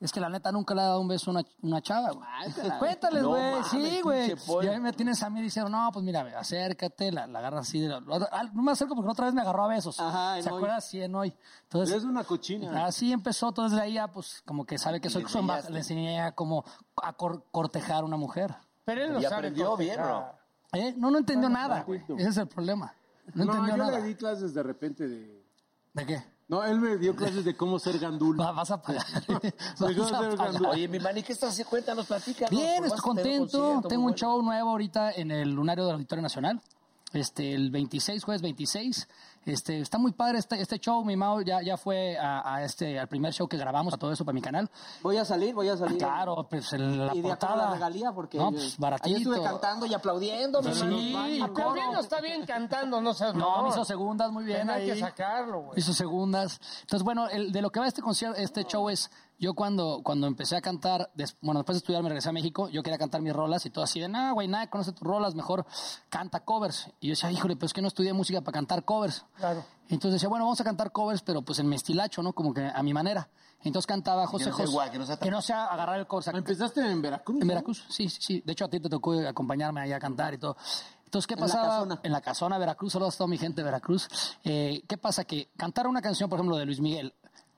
[SPEAKER 9] es que la neta nunca le ha dado un beso a una, una chava, güey. Cuéntales, güey, sí, güey. Y ahí me tienes a mí y dijeron, no, pues mira, ve, acércate, la, la agarras así. de la- la- ah, no me acerco porque la otra vez me agarró a besos.
[SPEAKER 2] Ajá, en
[SPEAKER 9] ¿Se
[SPEAKER 2] hoy.
[SPEAKER 9] acuerdas? Sí, en hoy. Entonces,
[SPEAKER 1] Eres una cochina.
[SPEAKER 9] Así empezó, entonces de ahí ya, pues, como que sabe que soy su embajador, le enseñé a cómo a cor- cortejar a una mujer.
[SPEAKER 4] Pero él no
[SPEAKER 6] ¿Y
[SPEAKER 4] sabe
[SPEAKER 6] aprendió
[SPEAKER 4] cortejar.
[SPEAKER 6] bien o no?
[SPEAKER 9] ¿Eh? No, no entendió nada, güey.
[SPEAKER 1] tantito.
[SPEAKER 9] Ese es el problema. No,
[SPEAKER 1] No,
[SPEAKER 9] entendió
[SPEAKER 1] yo
[SPEAKER 9] nada.
[SPEAKER 1] le di clases de repente de...
[SPEAKER 9] ¿De qué?
[SPEAKER 1] No, él me dio clases de cómo ser gandul.
[SPEAKER 9] Va- vas a pagar.
[SPEAKER 1] Me dio
[SPEAKER 9] Vas a
[SPEAKER 1] hacer
[SPEAKER 9] pagar.
[SPEAKER 1] gandul.
[SPEAKER 6] Oye, mi mane, ¿qué estás haciendo? Cuéntanos, platícanos.
[SPEAKER 9] Bien,
[SPEAKER 6] Vas
[SPEAKER 9] estoy
[SPEAKER 6] a tener
[SPEAKER 9] contento.
[SPEAKER 6] concierto,
[SPEAKER 9] Tengo
[SPEAKER 6] muy
[SPEAKER 9] un
[SPEAKER 6] bueno.
[SPEAKER 9] show nuevo ahorita en el Lunario del Auditorio Nacional. Este, el 26, jueves 26. Este, está muy padre este, este show. Mi Mao ya, ya fue a, a este, al primer show que grabamos, a todo eso para mi canal.
[SPEAKER 2] Voy a salir, voy a salir.
[SPEAKER 9] Claro, pues el- la
[SPEAKER 2] Y de acuerdo a
[SPEAKER 9] portada.
[SPEAKER 2] la regalía, porque
[SPEAKER 9] No,
[SPEAKER 2] yo-
[SPEAKER 9] pues
[SPEAKER 2] ahí
[SPEAKER 9] baratito.
[SPEAKER 2] estuve cantando y aplaudiendo,
[SPEAKER 4] Pues
[SPEAKER 2] mi
[SPEAKER 9] Sí,
[SPEAKER 2] hermano.
[SPEAKER 9] y
[SPEAKER 4] Está bien, no está bien cantando, no seas
[SPEAKER 9] No,
[SPEAKER 4] mamón.
[SPEAKER 9] me hizo segundas muy bien
[SPEAKER 4] Hay que
[SPEAKER 9] ahí.
[SPEAKER 4] sacarlo, güey.
[SPEAKER 9] Hizo segundas. Entonces, bueno, el- de lo que va este concierto, este show es, yo cuando, cuando empecé a cantar, des- bueno, después de estudiar me regresé a México, yo quería cantar mis rolas y todo así de, nah, güey, nada, conoce tus rolas, mejor canta covers. Y yo decía, híjole, pero es que no estudié música para cantar covers.
[SPEAKER 4] Claro.
[SPEAKER 9] Entonces decía, bueno, vamos a cantar covers, pero pues en mi estilacho, ¿no? Como que a mi manera. Entonces cantaba José
[SPEAKER 3] sea
[SPEAKER 4] Pues,
[SPEAKER 9] José.
[SPEAKER 3] igual, que no sea tan-
[SPEAKER 9] sea agarrar el cover. o sea,
[SPEAKER 1] Empezaste en Veracruz.
[SPEAKER 9] en Veracruz, sí, sí, sí. De hecho, a ti te tocó acompañarme allá a cantar y todo. Entonces, ¿qué
[SPEAKER 2] la
[SPEAKER 9] pasaba?
[SPEAKER 2] casona.
[SPEAKER 9] En la casona, Veracruz, saludos a toda mi gente de Veracruz. Eh, ¿Qué pasa? Que cantar una canción, por ejemplo, de Luis Miguel,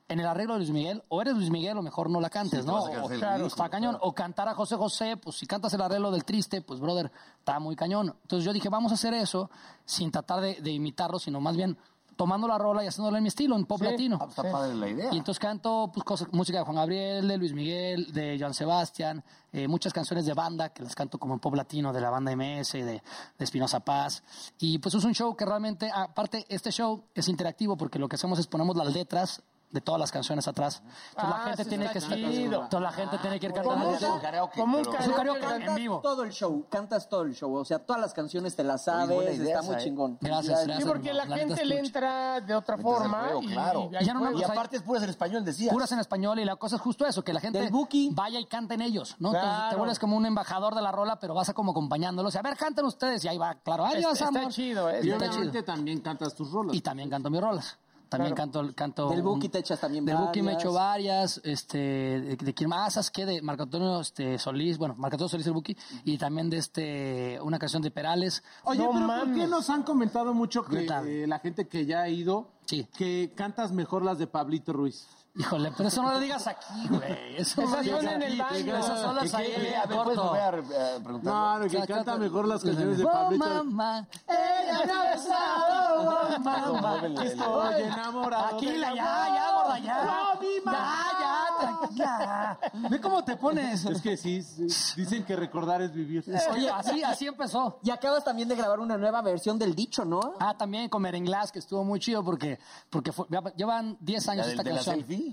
[SPEAKER 9] en el arreglo de Luis Miguel, o eres Luis Miguel, o mejor no la cantes, ¿no?
[SPEAKER 6] vas a quedar
[SPEAKER 9] O-
[SPEAKER 6] del
[SPEAKER 9] claro,
[SPEAKER 6] ridículo,
[SPEAKER 9] está cañón. O cantar a José José, pues si cantas el arreglo del triste, pues brother, está muy cañón. Entonces yo dije, vamos a hacer eso sin tratar de, de imitarlo, sino más bien tomando la rola y haciéndola en mi estilo, en pop latino.
[SPEAKER 6] Ah, pues Está padre la idea.
[SPEAKER 9] Y entonces canto pues, cosas- música de Juan Gabriel, de Luis Miguel, de Joan Sebastián, eh, muchas canciones de banda que las canto como en pop latino, de la banda MS, de, de Espinosa Paz. Y pues es un show que realmente, aparte, este show es interactivo porque lo que hacemos es ponemos las letras de todas las canciones atrás. Entonces
[SPEAKER 4] Ah,
[SPEAKER 9] la gente
[SPEAKER 4] eso
[SPEAKER 9] tiene
[SPEAKER 4] está
[SPEAKER 9] que
[SPEAKER 4] chido.
[SPEAKER 9] entonces la gente tiene que ir cantando.
[SPEAKER 4] ¿Cómo
[SPEAKER 9] las-
[SPEAKER 4] un
[SPEAKER 6] karaoke,
[SPEAKER 4] como un
[SPEAKER 6] pero-
[SPEAKER 9] Es un
[SPEAKER 4] karaoke
[SPEAKER 9] karaoke
[SPEAKER 4] en
[SPEAKER 9] en vivo.
[SPEAKER 2] Todo el show, cantas todo el show. O sea, todas las canciones te las sabes,
[SPEAKER 6] buena idea
[SPEAKER 2] está
[SPEAKER 6] esa,
[SPEAKER 2] muy
[SPEAKER 6] ¿eh?
[SPEAKER 2] chingón.
[SPEAKER 9] Gracias,
[SPEAKER 2] Ya-
[SPEAKER 9] gracias.
[SPEAKER 4] Sí, porque
[SPEAKER 9] hermano.
[SPEAKER 4] la,
[SPEAKER 9] neta
[SPEAKER 4] gente
[SPEAKER 9] estuvo
[SPEAKER 4] le
[SPEAKER 9] chido.
[SPEAKER 4] entra de otra
[SPEAKER 6] Entonces,
[SPEAKER 4] forma.
[SPEAKER 6] juego,
[SPEAKER 4] y,
[SPEAKER 6] claro.
[SPEAKER 4] y hay
[SPEAKER 9] Ya no me
[SPEAKER 4] juego.
[SPEAKER 6] Y
[SPEAKER 9] o sea,
[SPEAKER 6] aparte es puras en español, decías.
[SPEAKER 9] puras en español y la cosa es justo eso, que la gente
[SPEAKER 2] Del Buki.
[SPEAKER 9] vaya y canten ellos, ¿no? Entonces,
[SPEAKER 4] Claro.
[SPEAKER 9] te vuelves como un embajador de la rola, pero vas a como acompañándolos. Y, a ver, canten ustedes y ahí va, claro, adiós,
[SPEAKER 4] Está- está
[SPEAKER 9] amor.
[SPEAKER 4] chido, ¿eh?
[SPEAKER 1] Y
[SPEAKER 9] Está chido.
[SPEAKER 1] obviamente también cantas tus rolas.
[SPEAKER 9] Y también canto mis rolas. También canto, canto.
[SPEAKER 2] Del Buki
[SPEAKER 9] un-
[SPEAKER 2] te echas también
[SPEAKER 9] Del Buki me
[SPEAKER 2] varias.
[SPEAKER 9] echo varias. Este, de, de quién más? ¿Sabes qué? De Marco Antonio este, Solís. Bueno, Marco Antonio Solís el Buki. Y también de este, una canción de Perales.
[SPEAKER 1] Oye,
[SPEAKER 4] No
[SPEAKER 1] pero ¿por
[SPEAKER 4] mames.
[SPEAKER 1] qué nos han comentado mucho que
[SPEAKER 9] Neta.
[SPEAKER 1] eh, la gente que ya ha ido,
[SPEAKER 9] Sí.
[SPEAKER 1] que cantas mejor las de Pablito Ruiz?
[SPEAKER 9] Híjole, pero eso no lo digas aquí, güey. Eso no lo
[SPEAKER 4] Esas
[SPEAKER 9] digas
[SPEAKER 4] son en el
[SPEAKER 9] aquí.
[SPEAKER 4] baño.
[SPEAKER 9] Esas son las
[SPEAKER 3] ¿Qué-
[SPEAKER 9] ahí,
[SPEAKER 3] qué- a ver,
[SPEAKER 9] corto.
[SPEAKER 3] ¿puedes volver a
[SPEAKER 6] eh,
[SPEAKER 3] re- a preguntarlo?
[SPEAKER 1] No, no, que
[SPEAKER 9] Ya,
[SPEAKER 1] canta
[SPEAKER 9] canta-
[SPEAKER 1] mejor las canciones de
[SPEAKER 9] Oh,
[SPEAKER 1] Pablito Ruiz.
[SPEAKER 9] mamá.
[SPEAKER 1] Ella me ha besado, oh, mamá. Estoy enamorado.
[SPEAKER 9] Tranquila,
[SPEAKER 1] de-
[SPEAKER 9] ya, ya, gorda, ya.
[SPEAKER 1] No, mi mamá.
[SPEAKER 9] Ya, ya, tranquila. Ve cómo te pones.
[SPEAKER 1] Es que sí, sí, dicen que recordar es vivir.
[SPEAKER 4] Eh.
[SPEAKER 9] Oye, así, así empezó.
[SPEAKER 2] Y acabas también de grabar una nueva versión del dicho, ¿no?
[SPEAKER 9] Ah, también con Merenglas, que estuvo muy chido porque, porque fue- llevan 10
[SPEAKER 6] ¿La
[SPEAKER 9] años
[SPEAKER 6] del-
[SPEAKER 9] esta
[SPEAKER 6] de la
[SPEAKER 9] canción.
[SPEAKER 6] selfie?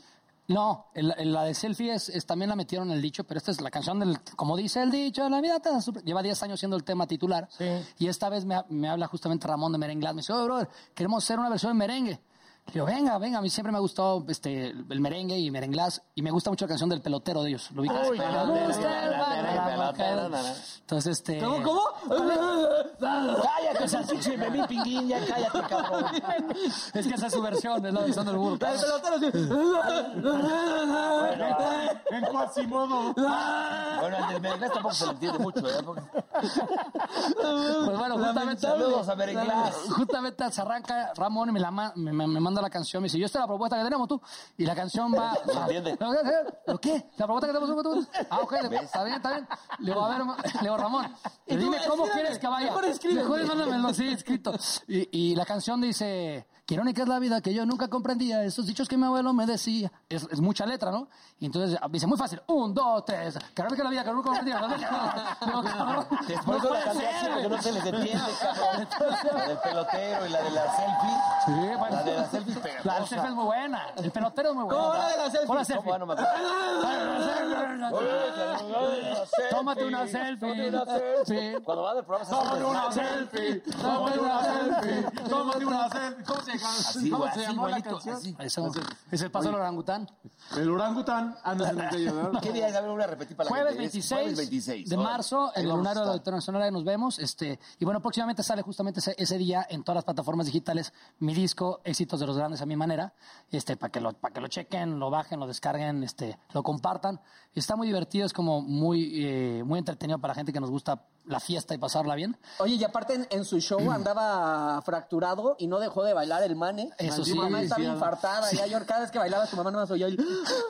[SPEAKER 9] No, el- el- la de selfie es, es- también la metieron en el dicho, pero esta es la canción del, como dice el dicho, la vida te da su- lleva 10 años siendo el tema titular. "Oh, Y esta vez me, ha- me habla justamente Ramón de Merenglás, me dice, oye, brother, queremos hacer una versión de merengue. Le digo, venga, venga, a mí siempre me ha gustado este, el merengue y merenglás, y me gusta mucho la canción del pelotero de ellos. ¿Lo ubicas?
[SPEAKER 2] Uy, me gusta el pelotero.
[SPEAKER 9] Entonces, este...
[SPEAKER 2] ¿Cómo, cómo?
[SPEAKER 9] Cállate, esa pinche
[SPEAKER 2] Memín
[SPEAKER 9] Pinguín, ya cállate, cabrón. Es que esa es su versión, es la versión del burro.
[SPEAKER 2] El pelotero
[SPEAKER 1] En Quasimodo.
[SPEAKER 6] Bueno, el del Merenglás tampoco se lo entiende mucho, ¿eh? Porque-
[SPEAKER 9] Pues bueno, justamente,
[SPEAKER 6] Saludos a Merenglás.
[SPEAKER 9] justamente se arranca Ramón y me, la ma- me, me- me manda la canción. Me dice, yo esta es la propuesta que tenemos tú. Y la canción va...
[SPEAKER 6] ¿Se entiende?
[SPEAKER 9] ¿Lo qué? ¿La propuesta que tenemos tú? tú? Ah, ok, está bien, está bien. Le digo, a ver, ma- le digo, Ramón,
[SPEAKER 2] Y tú,
[SPEAKER 9] dime cómo
[SPEAKER 2] escríbeme,
[SPEAKER 9] quieres que vaya.
[SPEAKER 2] mejor escríbeme.
[SPEAKER 9] Mejor mándamelo, sí, escrito. Y, y la canción dice, qué irónica es la vida que yo nunca comprendía, esos dichos que mi abuelo me decía. Es, es mucha letra, ¿no? Y entonces ah, dice, muy fácil, un, dos, tres. Qué irónica es la vida que nunca comprendía. Digo, cabrón, no
[SPEAKER 6] Después de la
[SPEAKER 9] puede
[SPEAKER 6] canté así
[SPEAKER 9] ser,
[SPEAKER 6] porque
[SPEAKER 9] güey.
[SPEAKER 6] no se les entiende, cabrón. La del pelotero y la de la selfie.
[SPEAKER 9] Sí, bueno.
[SPEAKER 6] La de la selfie pegajosa.
[SPEAKER 9] La del selfie es muy buena. El pelotero es muy bueno.
[SPEAKER 2] ¿Cómo la de la selfie?
[SPEAKER 9] Hola,
[SPEAKER 6] ¿Cómo? Ah, no me acuerdo.
[SPEAKER 9] Tómate una selfie. Sí.
[SPEAKER 6] Cuando van al programa se hacen
[SPEAKER 1] selfie, tómate una selfie, tómate una selfie. ¿Cómo se,
[SPEAKER 6] así,
[SPEAKER 1] cómo
[SPEAKER 6] güey,
[SPEAKER 1] se
[SPEAKER 6] así,
[SPEAKER 1] llamó la
[SPEAKER 6] igualito,
[SPEAKER 1] canción?
[SPEAKER 6] así.
[SPEAKER 9] Eso. Es el paso del orangután.
[SPEAKER 1] El orangután. Anda, se me está ayudando.
[SPEAKER 6] ¿Qué día es? A ver, voy a repetir para la
[SPEAKER 9] Jueves
[SPEAKER 6] gente. Es
[SPEAKER 9] 26,
[SPEAKER 6] Jueves 26.
[SPEAKER 9] de
[SPEAKER 6] Órale.
[SPEAKER 9] marzo,
[SPEAKER 6] Ahí
[SPEAKER 9] en el
[SPEAKER 6] vamos a
[SPEAKER 9] lunario de
[SPEAKER 6] estar.
[SPEAKER 9] Auditorio Nacional, ahí nos vemos. Este, y bueno, próximamente sale justamente ese, ese día en todas las plataformas digitales mi disco, Éxitos de los Grandes a mi manera, este, para que, lo- para que lo chequen, lo bajen, lo descarguen, este, lo compartan. Está muy divertido, es como muy, eh, muy entretenido para gente que nos gusta la fiesta y pasarla bien.
[SPEAKER 2] Oye, y aparte en, en su show andaba fracturado y no dejó de bailar el mane.
[SPEAKER 9] Eso
[SPEAKER 2] Su
[SPEAKER 9] sí,
[SPEAKER 2] mamá estaba
[SPEAKER 9] sí,
[SPEAKER 2] infartada. Ya, yo cada vez que bailaba, su mamá nomás oía el...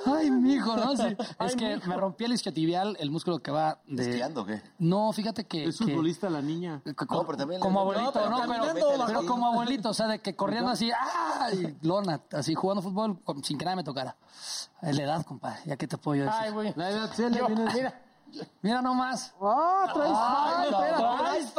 [SPEAKER 9] Ay, mijo, ¿no? Sí.
[SPEAKER 2] Ay,
[SPEAKER 9] Es que
[SPEAKER 2] mijo.
[SPEAKER 9] me rompí el isquiotibial, el músculo que va de...
[SPEAKER 6] ¿Esquiando o qué?
[SPEAKER 9] No, fíjate que...
[SPEAKER 1] Es
[SPEAKER 9] que- eh,
[SPEAKER 1] futbolista la niña.
[SPEAKER 9] que co-
[SPEAKER 6] No, pero también-
[SPEAKER 9] como
[SPEAKER 6] No,
[SPEAKER 9] abuelito,
[SPEAKER 6] pero
[SPEAKER 9] ¿no?
[SPEAKER 6] caminando,
[SPEAKER 9] Pero, pero
[SPEAKER 6] bajando.
[SPEAKER 9] como abuelito, o sea, de que corriendo así, ¡ay! Lona, así jugando fútbol con- sin que nadie me tocara. Es la edad, compadre, ya que te puedo yo decir.
[SPEAKER 4] Ay, güey.
[SPEAKER 1] La edad se le
[SPEAKER 4] Yo-
[SPEAKER 1] viene.
[SPEAKER 4] mira,
[SPEAKER 9] Mira nomás.
[SPEAKER 1] ¡Ah, traes! ¡Ah,
[SPEAKER 2] ¡Traes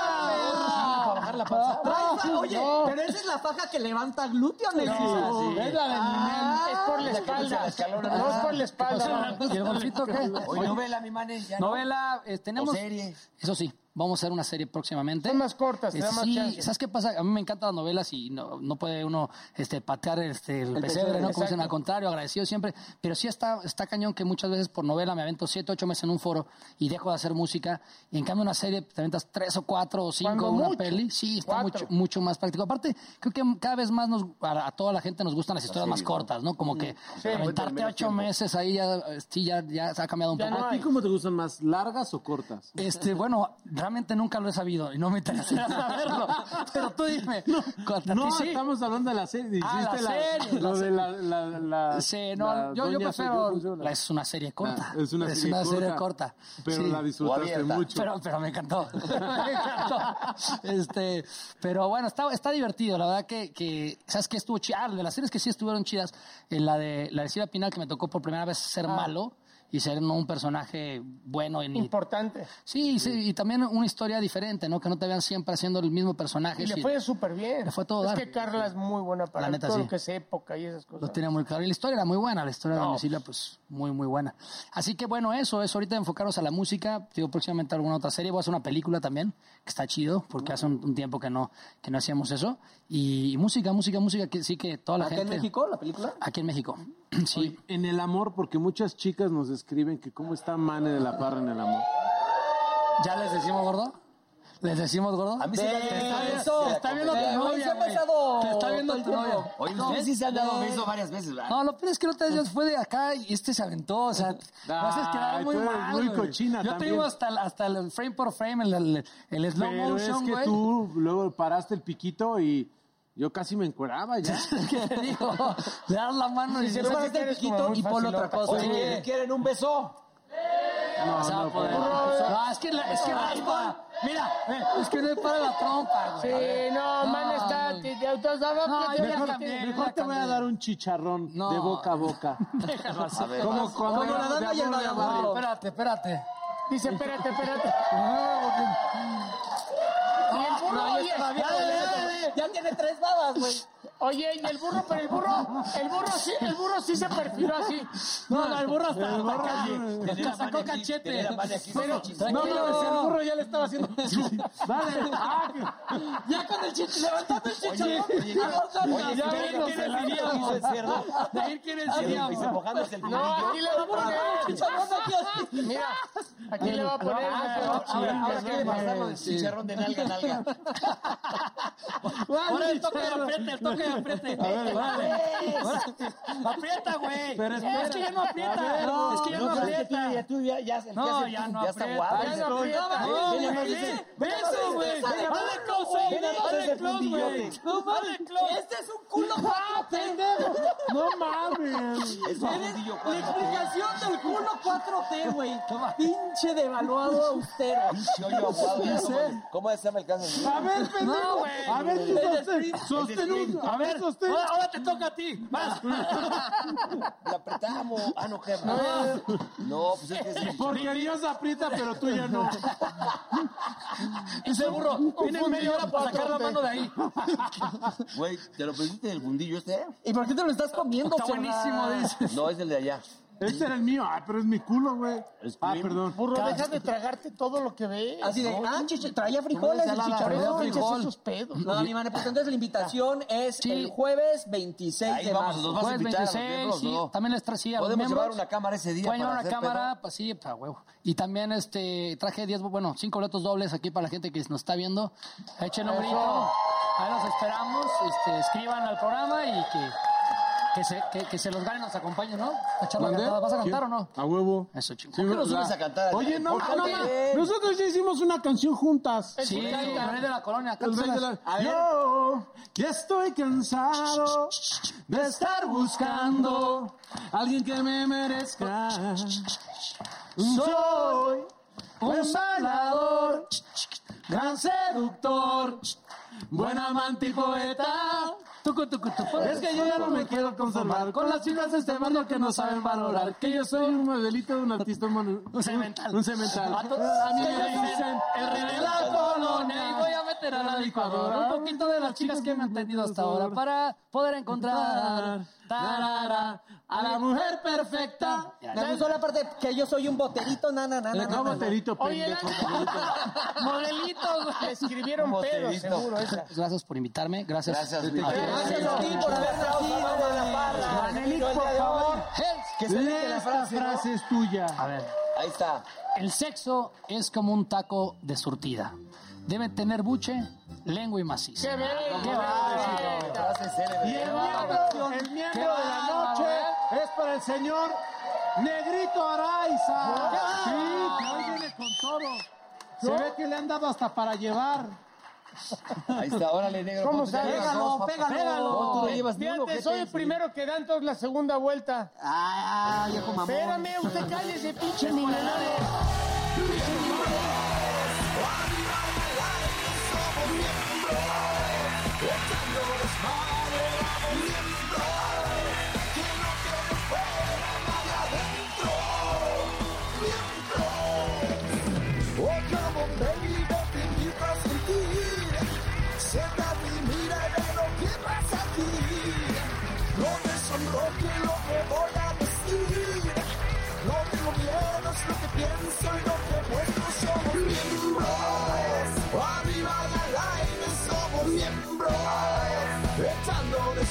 [SPEAKER 2] faja!
[SPEAKER 4] para bajar la panza.
[SPEAKER 2] ¡Traes faja! Oye, pero esa es la faja que levanta glúteo, Nelson. Ah.
[SPEAKER 4] Es la de Ninel, ah, es por la espalda. No es por la espalda.
[SPEAKER 9] ¿Y el golfito qué?
[SPEAKER 6] Oye, novela, mi manes. ya.
[SPEAKER 9] Novela, eh, tenemos.
[SPEAKER 6] O serie.
[SPEAKER 9] Eso sí, vamos a hacer una serie próximamente. Este,
[SPEAKER 4] Son más cortas, te da más
[SPEAKER 9] sí,
[SPEAKER 4] chance.
[SPEAKER 9] ¿sabes qué pasa? A mí me encantan las novelas y no, no puede uno este, patear este, el, pesebre,
[SPEAKER 4] pesebre,
[SPEAKER 9] ¿no? Como dicen,
[SPEAKER 4] exacto.
[SPEAKER 9] al contrario, agradecido siempre. Pero sí está, está cañón que muchas veces por novela me avento siete, ocho meses en un foro y dejo de hacer música. Y en cambio una serie pues, te aventas tres o cuatro o cinco
[SPEAKER 4] Cuando
[SPEAKER 9] una
[SPEAKER 4] mucho,
[SPEAKER 9] peli. Sí, está mucho,
[SPEAKER 4] cuatro.
[SPEAKER 9] mucho más práctico. Aparte, creo que cada vez más nos, a, a toda la gente nos gustan las historias más cortas, ¿no? Como que aventarte ocho meses ahí ya, eh, sí, ya, ya se ha cambiado un
[SPEAKER 4] Ya
[SPEAKER 9] poco.
[SPEAKER 4] no
[SPEAKER 1] ¿A ti
[SPEAKER 4] hay.
[SPEAKER 1] cómo te gustan más, largas o cortas?
[SPEAKER 9] Este, bueno, realmente nunca lo he sabido y no me interesa saberlo. Pero tú dime. ¿cuánto a ti
[SPEAKER 1] No,
[SPEAKER 9] sí?
[SPEAKER 1] estamos hablando de la serie.
[SPEAKER 9] Ah, la
[SPEAKER 1] Dijiste la
[SPEAKER 9] serie,
[SPEAKER 1] Lo
[SPEAKER 9] la
[SPEAKER 1] de la. la, la-
[SPEAKER 9] Sí, no,
[SPEAKER 1] la
[SPEAKER 9] yo, yo
[SPEAKER 1] doña soy
[SPEAKER 9] prefiero.
[SPEAKER 1] funciona.
[SPEAKER 9] la- es una serie corta.
[SPEAKER 1] Ah, es una serie,
[SPEAKER 9] corta.
[SPEAKER 1] Pero
[SPEAKER 9] Sí.
[SPEAKER 1] la disfrutaste
[SPEAKER 6] abierta.
[SPEAKER 1] mucho.
[SPEAKER 9] Pero, pero me encantó. me encantó. Este, pero bueno, está, está divertido. La verdad que, que ¿sabes qué estuvo chida? Ah, de las series que sí estuvieron chidas, eh, la de la de Silvia Pinal que me tocó por primera vez ser malo y ser no un personaje bueno en
[SPEAKER 4] Importante.
[SPEAKER 9] Sí, sí, y también una historia diferente, ¿no? Que no te vean siempre haciendo el mismo personaje.
[SPEAKER 4] Y le
[SPEAKER 9] sí.
[SPEAKER 4] fue súper bien.
[SPEAKER 9] Le fue todo
[SPEAKER 4] Es
[SPEAKER 9] dar.
[SPEAKER 4] que Carla es muy buena para
[SPEAKER 9] La neta,
[SPEAKER 4] todo
[SPEAKER 9] sí.
[SPEAKER 4] lo que es época y esas
[SPEAKER 9] Lo
[SPEAKER 4] cosas.
[SPEAKER 9] tenía muy claro. Y la historia era muy buena, la historia de
[SPEAKER 4] No.
[SPEAKER 9] Doña Silvia, pues muy, muy buena. Así que bueno, eso es ahorita enfocarnos a la música. Digo, próximamente alguna otra serie. Voy a hacer una película también, que está chido,
[SPEAKER 6] Ah.
[SPEAKER 9] porque hace un, un tiempo que no, que no hacíamos eso. Y, música, música, música, que sí que toda la
[SPEAKER 2] ¿Acá
[SPEAKER 9] gente.
[SPEAKER 2] en México la película?
[SPEAKER 9] Aquí en México. Sí.
[SPEAKER 1] En el amor, porque muchas chicas nos escriben que cómo está Mane de la Parra en el amor.
[SPEAKER 9] ¿Ya les decimos gordo? ¿Les decimos gordo?
[SPEAKER 6] A mí sí me
[SPEAKER 2] Eso.
[SPEAKER 6] Te está
[SPEAKER 2] viendo tu novia,
[SPEAKER 9] güey.
[SPEAKER 2] se ha pasado
[SPEAKER 9] Te está
[SPEAKER 2] todo
[SPEAKER 9] viendo
[SPEAKER 2] el
[SPEAKER 9] tu
[SPEAKER 2] tiempo.
[SPEAKER 9] novia.
[SPEAKER 6] Oye, ustedes sí se han dado besos varias veces, ¿verdad?
[SPEAKER 9] No, lo peor es que el otro día fue de acá y este se aventó. O sea, me haces quedar
[SPEAKER 1] Ay,
[SPEAKER 9] muy
[SPEAKER 1] tú eres
[SPEAKER 9] mal.
[SPEAKER 1] muy
[SPEAKER 9] güey.
[SPEAKER 1] cochina
[SPEAKER 9] Yo te
[SPEAKER 1] también.
[SPEAKER 9] digo hasta, el- hasta el frame por frame, el, el, el slow
[SPEAKER 1] Pero es
[SPEAKER 9] motion,
[SPEAKER 1] que
[SPEAKER 9] güey.
[SPEAKER 1] tú luego paraste el piquito y yo casi me encueraba ya.
[SPEAKER 9] ¿Qué te digo? Le das la mano y
[SPEAKER 4] Sí,
[SPEAKER 9] dices,
[SPEAKER 4] sí,
[SPEAKER 9] "Ese
[SPEAKER 4] sí,
[SPEAKER 9] que eres
[SPEAKER 4] eres como
[SPEAKER 9] chiquito",
[SPEAKER 4] muy
[SPEAKER 9] y pon otra
[SPEAKER 4] facilota.
[SPEAKER 9] cosa.
[SPEAKER 4] Oye,
[SPEAKER 9] Oye,
[SPEAKER 2] ¿Quieren un beso?
[SPEAKER 9] no, se va a poder. No, es que, la- es que no hay para. ah, Mira, eh, es que no hay para la trompa, güey.
[SPEAKER 4] Sí, no,
[SPEAKER 9] No,
[SPEAKER 4] man, está.
[SPEAKER 9] no.
[SPEAKER 4] te- te- te- te-
[SPEAKER 9] No, yo ya
[SPEAKER 1] Mejor,
[SPEAKER 9] cambié,
[SPEAKER 1] mejor
[SPEAKER 9] ya
[SPEAKER 1] te voy a
[SPEAKER 9] cambié.
[SPEAKER 1] dar un chicharrón
[SPEAKER 9] No.
[SPEAKER 1] de boca a boca.
[SPEAKER 9] Déjalo así.
[SPEAKER 1] Como cuando
[SPEAKER 2] Como la
[SPEAKER 1] éramos de
[SPEAKER 2] dama y el
[SPEAKER 1] amor, de amor.
[SPEAKER 2] vagabundo.
[SPEAKER 9] Espérate, espérate.
[SPEAKER 4] Dice, espérate, espérate.
[SPEAKER 9] No, porque-
[SPEAKER 4] Y el burro,
[SPEAKER 2] No, ya
[SPEAKER 4] oye,
[SPEAKER 6] Ah,
[SPEAKER 2] estaba bien
[SPEAKER 4] ya, ya,
[SPEAKER 2] boleado.
[SPEAKER 4] ya, ya.
[SPEAKER 2] Ya tiene tres babas, güey.
[SPEAKER 4] Oye, y el burro, pero el burro, el burro sí, el burro sí se perfiló así. No, no, el burro hasta,
[SPEAKER 1] El burro,
[SPEAKER 4] hasta,
[SPEAKER 1] güey.
[SPEAKER 4] hasta sacó cachete. Pero,
[SPEAKER 1] No, mames, el burro ya le estaba haciendo. Dale. Ah, que-
[SPEAKER 2] Ya con el chiste, levantando el chicharrón.
[SPEAKER 6] oye, oye,
[SPEAKER 4] ya
[SPEAKER 6] ya
[SPEAKER 4] ven quién es el diablo.
[SPEAKER 6] dice el cerdo.
[SPEAKER 4] Ya ven quién es el
[SPEAKER 6] Y se
[SPEAKER 4] diablo.
[SPEAKER 6] mojándose el
[SPEAKER 4] No,
[SPEAKER 6] fundillo.
[SPEAKER 4] aquí le va a poner. Mira, aquí le va a poner.
[SPEAKER 6] Ah,
[SPEAKER 4] eh,
[SPEAKER 6] no,
[SPEAKER 4] ahora,
[SPEAKER 6] ahora, ahora
[SPEAKER 4] ahora,
[SPEAKER 6] quiere pasarlo del chicharrón de nalga a nalga.
[SPEAKER 4] Ahora el toque de apriete, el toque de apriete. Aprieta, güey.
[SPEAKER 1] Pero espera.
[SPEAKER 4] Es que ya no
[SPEAKER 1] A
[SPEAKER 4] aprieta.
[SPEAKER 1] ver,
[SPEAKER 4] no,
[SPEAKER 1] no,
[SPEAKER 4] es que ya no,
[SPEAKER 6] No, pero es que tú
[SPEAKER 4] aprieta.
[SPEAKER 6] ya- tú ya- ya-
[SPEAKER 4] No,
[SPEAKER 6] se-
[SPEAKER 4] ya no
[SPEAKER 6] Ya está
[SPEAKER 4] aprieta.
[SPEAKER 6] guapo.
[SPEAKER 4] Ya
[SPEAKER 6] ese
[SPEAKER 4] no
[SPEAKER 6] güey.
[SPEAKER 4] aprieta.
[SPEAKER 6] No,
[SPEAKER 4] Ve,
[SPEAKER 6] ya no
[SPEAKER 4] ve,
[SPEAKER 6] dice-
[SPEAKER 4] ve eso, güey. Ve, Hazle close,
[SPEAKER 6] Ve nada más
[SPEAKER 4] hazle
[SPEAKER 6] ese
[SPEAKER 4] close, güey.
[SPEAKER 6] fundillote.
[SPEAKER 2] No mames,
[SPEAKER 4] Hazle close. Ah,
[SPEAKER 2] este es un culo cuatro
[SPEAKER 1] No mames.
[SPEAKER 6] Es un fundillo
[SPEAKER 2] La
[SPEAKER 6] cuatro.
[SPEAKER 2] explicación del culo 4T, güey. Pinche devaluado austero.
[SPEAKER 6] Pinche hoyo aguado, ya como- ¿Cómo se llama el caso?
[SPEAKER 1] A ver,
[SPEAKER 4] No,
[SPEAKER 1] pendejo.
[SPEAKER 4] güey.
[SPEAKER 1] A ver, tú sostén. Sostén un- A ver, sostén.
[SPEAKER 4] Ahora, ahora te toca a ti. Vas.
[SPEAKER 6] La apretamos. Ah, no, qué raro. No, pues es que es
[SPEAKER 1] Porque Dios aprieta, pero tú ya no.
[SPEAKER 4] Y seguro, tienes media hora para sacar la mano de ahí.
[SPEAKER 6] Güey, ¿te lo pediste del fundillo este?
[SPEAKER 2] ¿Y por qué te lo estás comiendo,
[SPEAKER 4] Está buenísimo, dice.
[SPEAKER 6] No, es el de allá.
[SPEAKER 1] Este era el mío. Ah, pero es mi culo, güey.
[SPEAKER 6] Es
[SPEAKER 1] Ah,
[SPEAKER 6] mío.
[SPEAKER 1] perdón.
[SPEAKER 4] Burro, deja de tragarte todo lo que ves.
[SPEAKER 2] Así de,
[SPEAKER 4] ¿no?
[SPEAKER 2] ah, chiche, traía frijoles el
[SPEAKER 4] Por
[SPEAKER 2] chicharrón.
[SPEAKER 4] eso
[SPEAKER 2] No,
[SPEAKER 4] echas esos pedos.
[SPEAKER 2] No, mi mano, pues entonces la invitación es
[SPEAKER 9] Sí.
[SPEAKER 2] el jueves 26
[SPEAKER 6] Ahí
[SPEAKER 2] de
[SPEAKER 6] vamos,
[SPEAKER 2] marzo.
[SPEAKER 6] nos vas a
[SPEAKER 9] Jueves
[SPEAKER 6] invitar a los
[SPEAKER 9] 26,
[SPEAKER 6] miembros,
[SPEAKER 9] sí,
[SPEAKER 6] ¿no?
[SPEAKER 9] también les trae, sí, a los
[SPEAKER 6] Podemos llevar
[SPEAKER 9] miembros.
[SPEAKER 6] una cámara ese día
[SPEAKER 9] Pueden
[SPEAKER 6] para
[SPEAKER 9] llevar una
[SPEAKER 6] hacer
[SPEAKER 9] cámara, pues sí, para huevo. Y también este traje 10, bueno, 5 boletos dobles aquí para la gente que nos está viendo. Echen un grito. Ahí los esperamos. Este, escriban al programa y que, que, se, que, que se los ganen, nos acompañen, ¿no? A echar la
[SPEAKER 1] ¿Mandé?
[SPEAKER 9] cantada. ¿Vas a cantar
[SPEAKER 1] ¿Sí?
[SPEAKER 9] o no?
[SPEAKER 6] Ah.
[SPEAKER 1] A huevo.
[SPEAKER 9] Eso, chingón.
[SPEAKER 1] Sí,
[SPEAKER 6] pedo. ¿Por qué no
[SPEAKER 1] la-
[SPEAKER 6] subes a cantar?
[SPEAKER 1] Oye, no,
[SPEAKER 6] ¿Por qué?
[SPEAKER 1] no, no. Nosotros ya hicimos una canción juntas.
[SPEAKER 9] Sí, el rey de la colonia.
[SPEAKER 1] El rey de la-
[SPEAKER 9] cántaselas.
[SPEAKER 1] Yo ya estoy cansado de estar buscando alguien que me merezca. Soy un sanador, gran seductor, buen amante y poeta. Tucu, tucu, tucu. Es que yo ya no me quiero conformar con las cifras de este bando que no saben valorar. Que yo soy un modelito de un artista mono-
[SPEAKER 9] Un cemental.
[SPEAKER 1] Un cemental.
[SPEAKER 9] Vato-
[SPEAKER 1] A mí me
[SPEAKER 9] Cemental.
[SPEAKER 1] dicen el rey de la
[SPEAKER 9] colonia y voy a meter a la licuadora un poquito de las chicas que me han tenido hasta ahora para poder encontrar tarara,
[SPEAKER 1] a la mujer perfecta.
[SPEAKER 2] Me gustó la parte que yo soy un boterito, na, na, na, na,
[SPEAKER 1] No,
[SPEAKER 2] na, na.
[SPEAKER 1] boterito,
[SPEAKER 4] Oye,
[SPEAKER 1] pendejo.
[SPEAKER 4] modelito, güey. Le escribieron pedos,
[SPEAKER 6] Modelito.
[SPEAKER 4] seguro, esa.
[SPEAKER 9] Gracias por invitarme, gracias.
[SPEAKER 6] Gracias, mi
[SPEAKER 2] Gracias a ti por haber nacido, Ana Parra.
[SPEAKER 1] por favor.
[SPEAKER 6] Que se
[SPEAKER 1] Lee
[SPEAKER 6] dicte la
[SPEAKER 1] esta
[SPEAKER 6] frase, ¿no?
[SPEAKER 1] frase es tuya.
[SPEAKER 9] A ver,
[SPEAKER 6] Ahí está.
[SPEAKER 9] el sexo es como un taco de surtida. Debe tener buche, lengua y macizo.
[SPEAKER 4] ¡Qué bello!
[SPEAKER 6] Frase célebre.
[SPEAKER 1] Y el miembro, el miembro de la noche es para el señor Negrito Araiza. Sí, que hoy viene con todo. Se ve que le han dado hasta para llevar.
[SPEAKER 6] Ahí está, órale, negro.
[SPEAKER 4] ¿Cómo
[SPEAKER 6] pon tus
[SPEAKER 4] está?
[SPEAKER 6] llaves,
[SPEAKER 4] Pégalo,
[SPEAKER 6] dos, papá.
[SPEAKER 2] pégalo.
[SPEAKER 6] No, tú no llevas ni uno, ¿qué
[SPEAKER 4] Fíjate, soy
[SPEAKER 6] te
[SPEAKER 4] el
[SPEAKER 6] hice?
[SPEAKER 4] primero que da entonces la segunda vuelta.
[SPEAKER 2] Ah, viejo mamón.
[SPEAKER 4] Espérame, usted cállese, pinche millonario.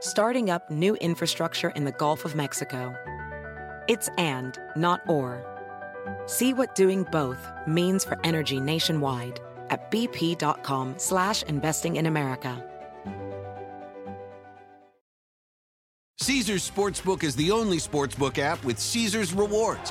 [SPEAKER 8] starting up new infrastructure in the Gulf of Mexico. It's and, not or. See what doing both means for energy nationwide at bp.com slash investing in America.
[SPEAKER 10] Caesar's Sportsbook is the only sportsbook app with Caesar's rewards.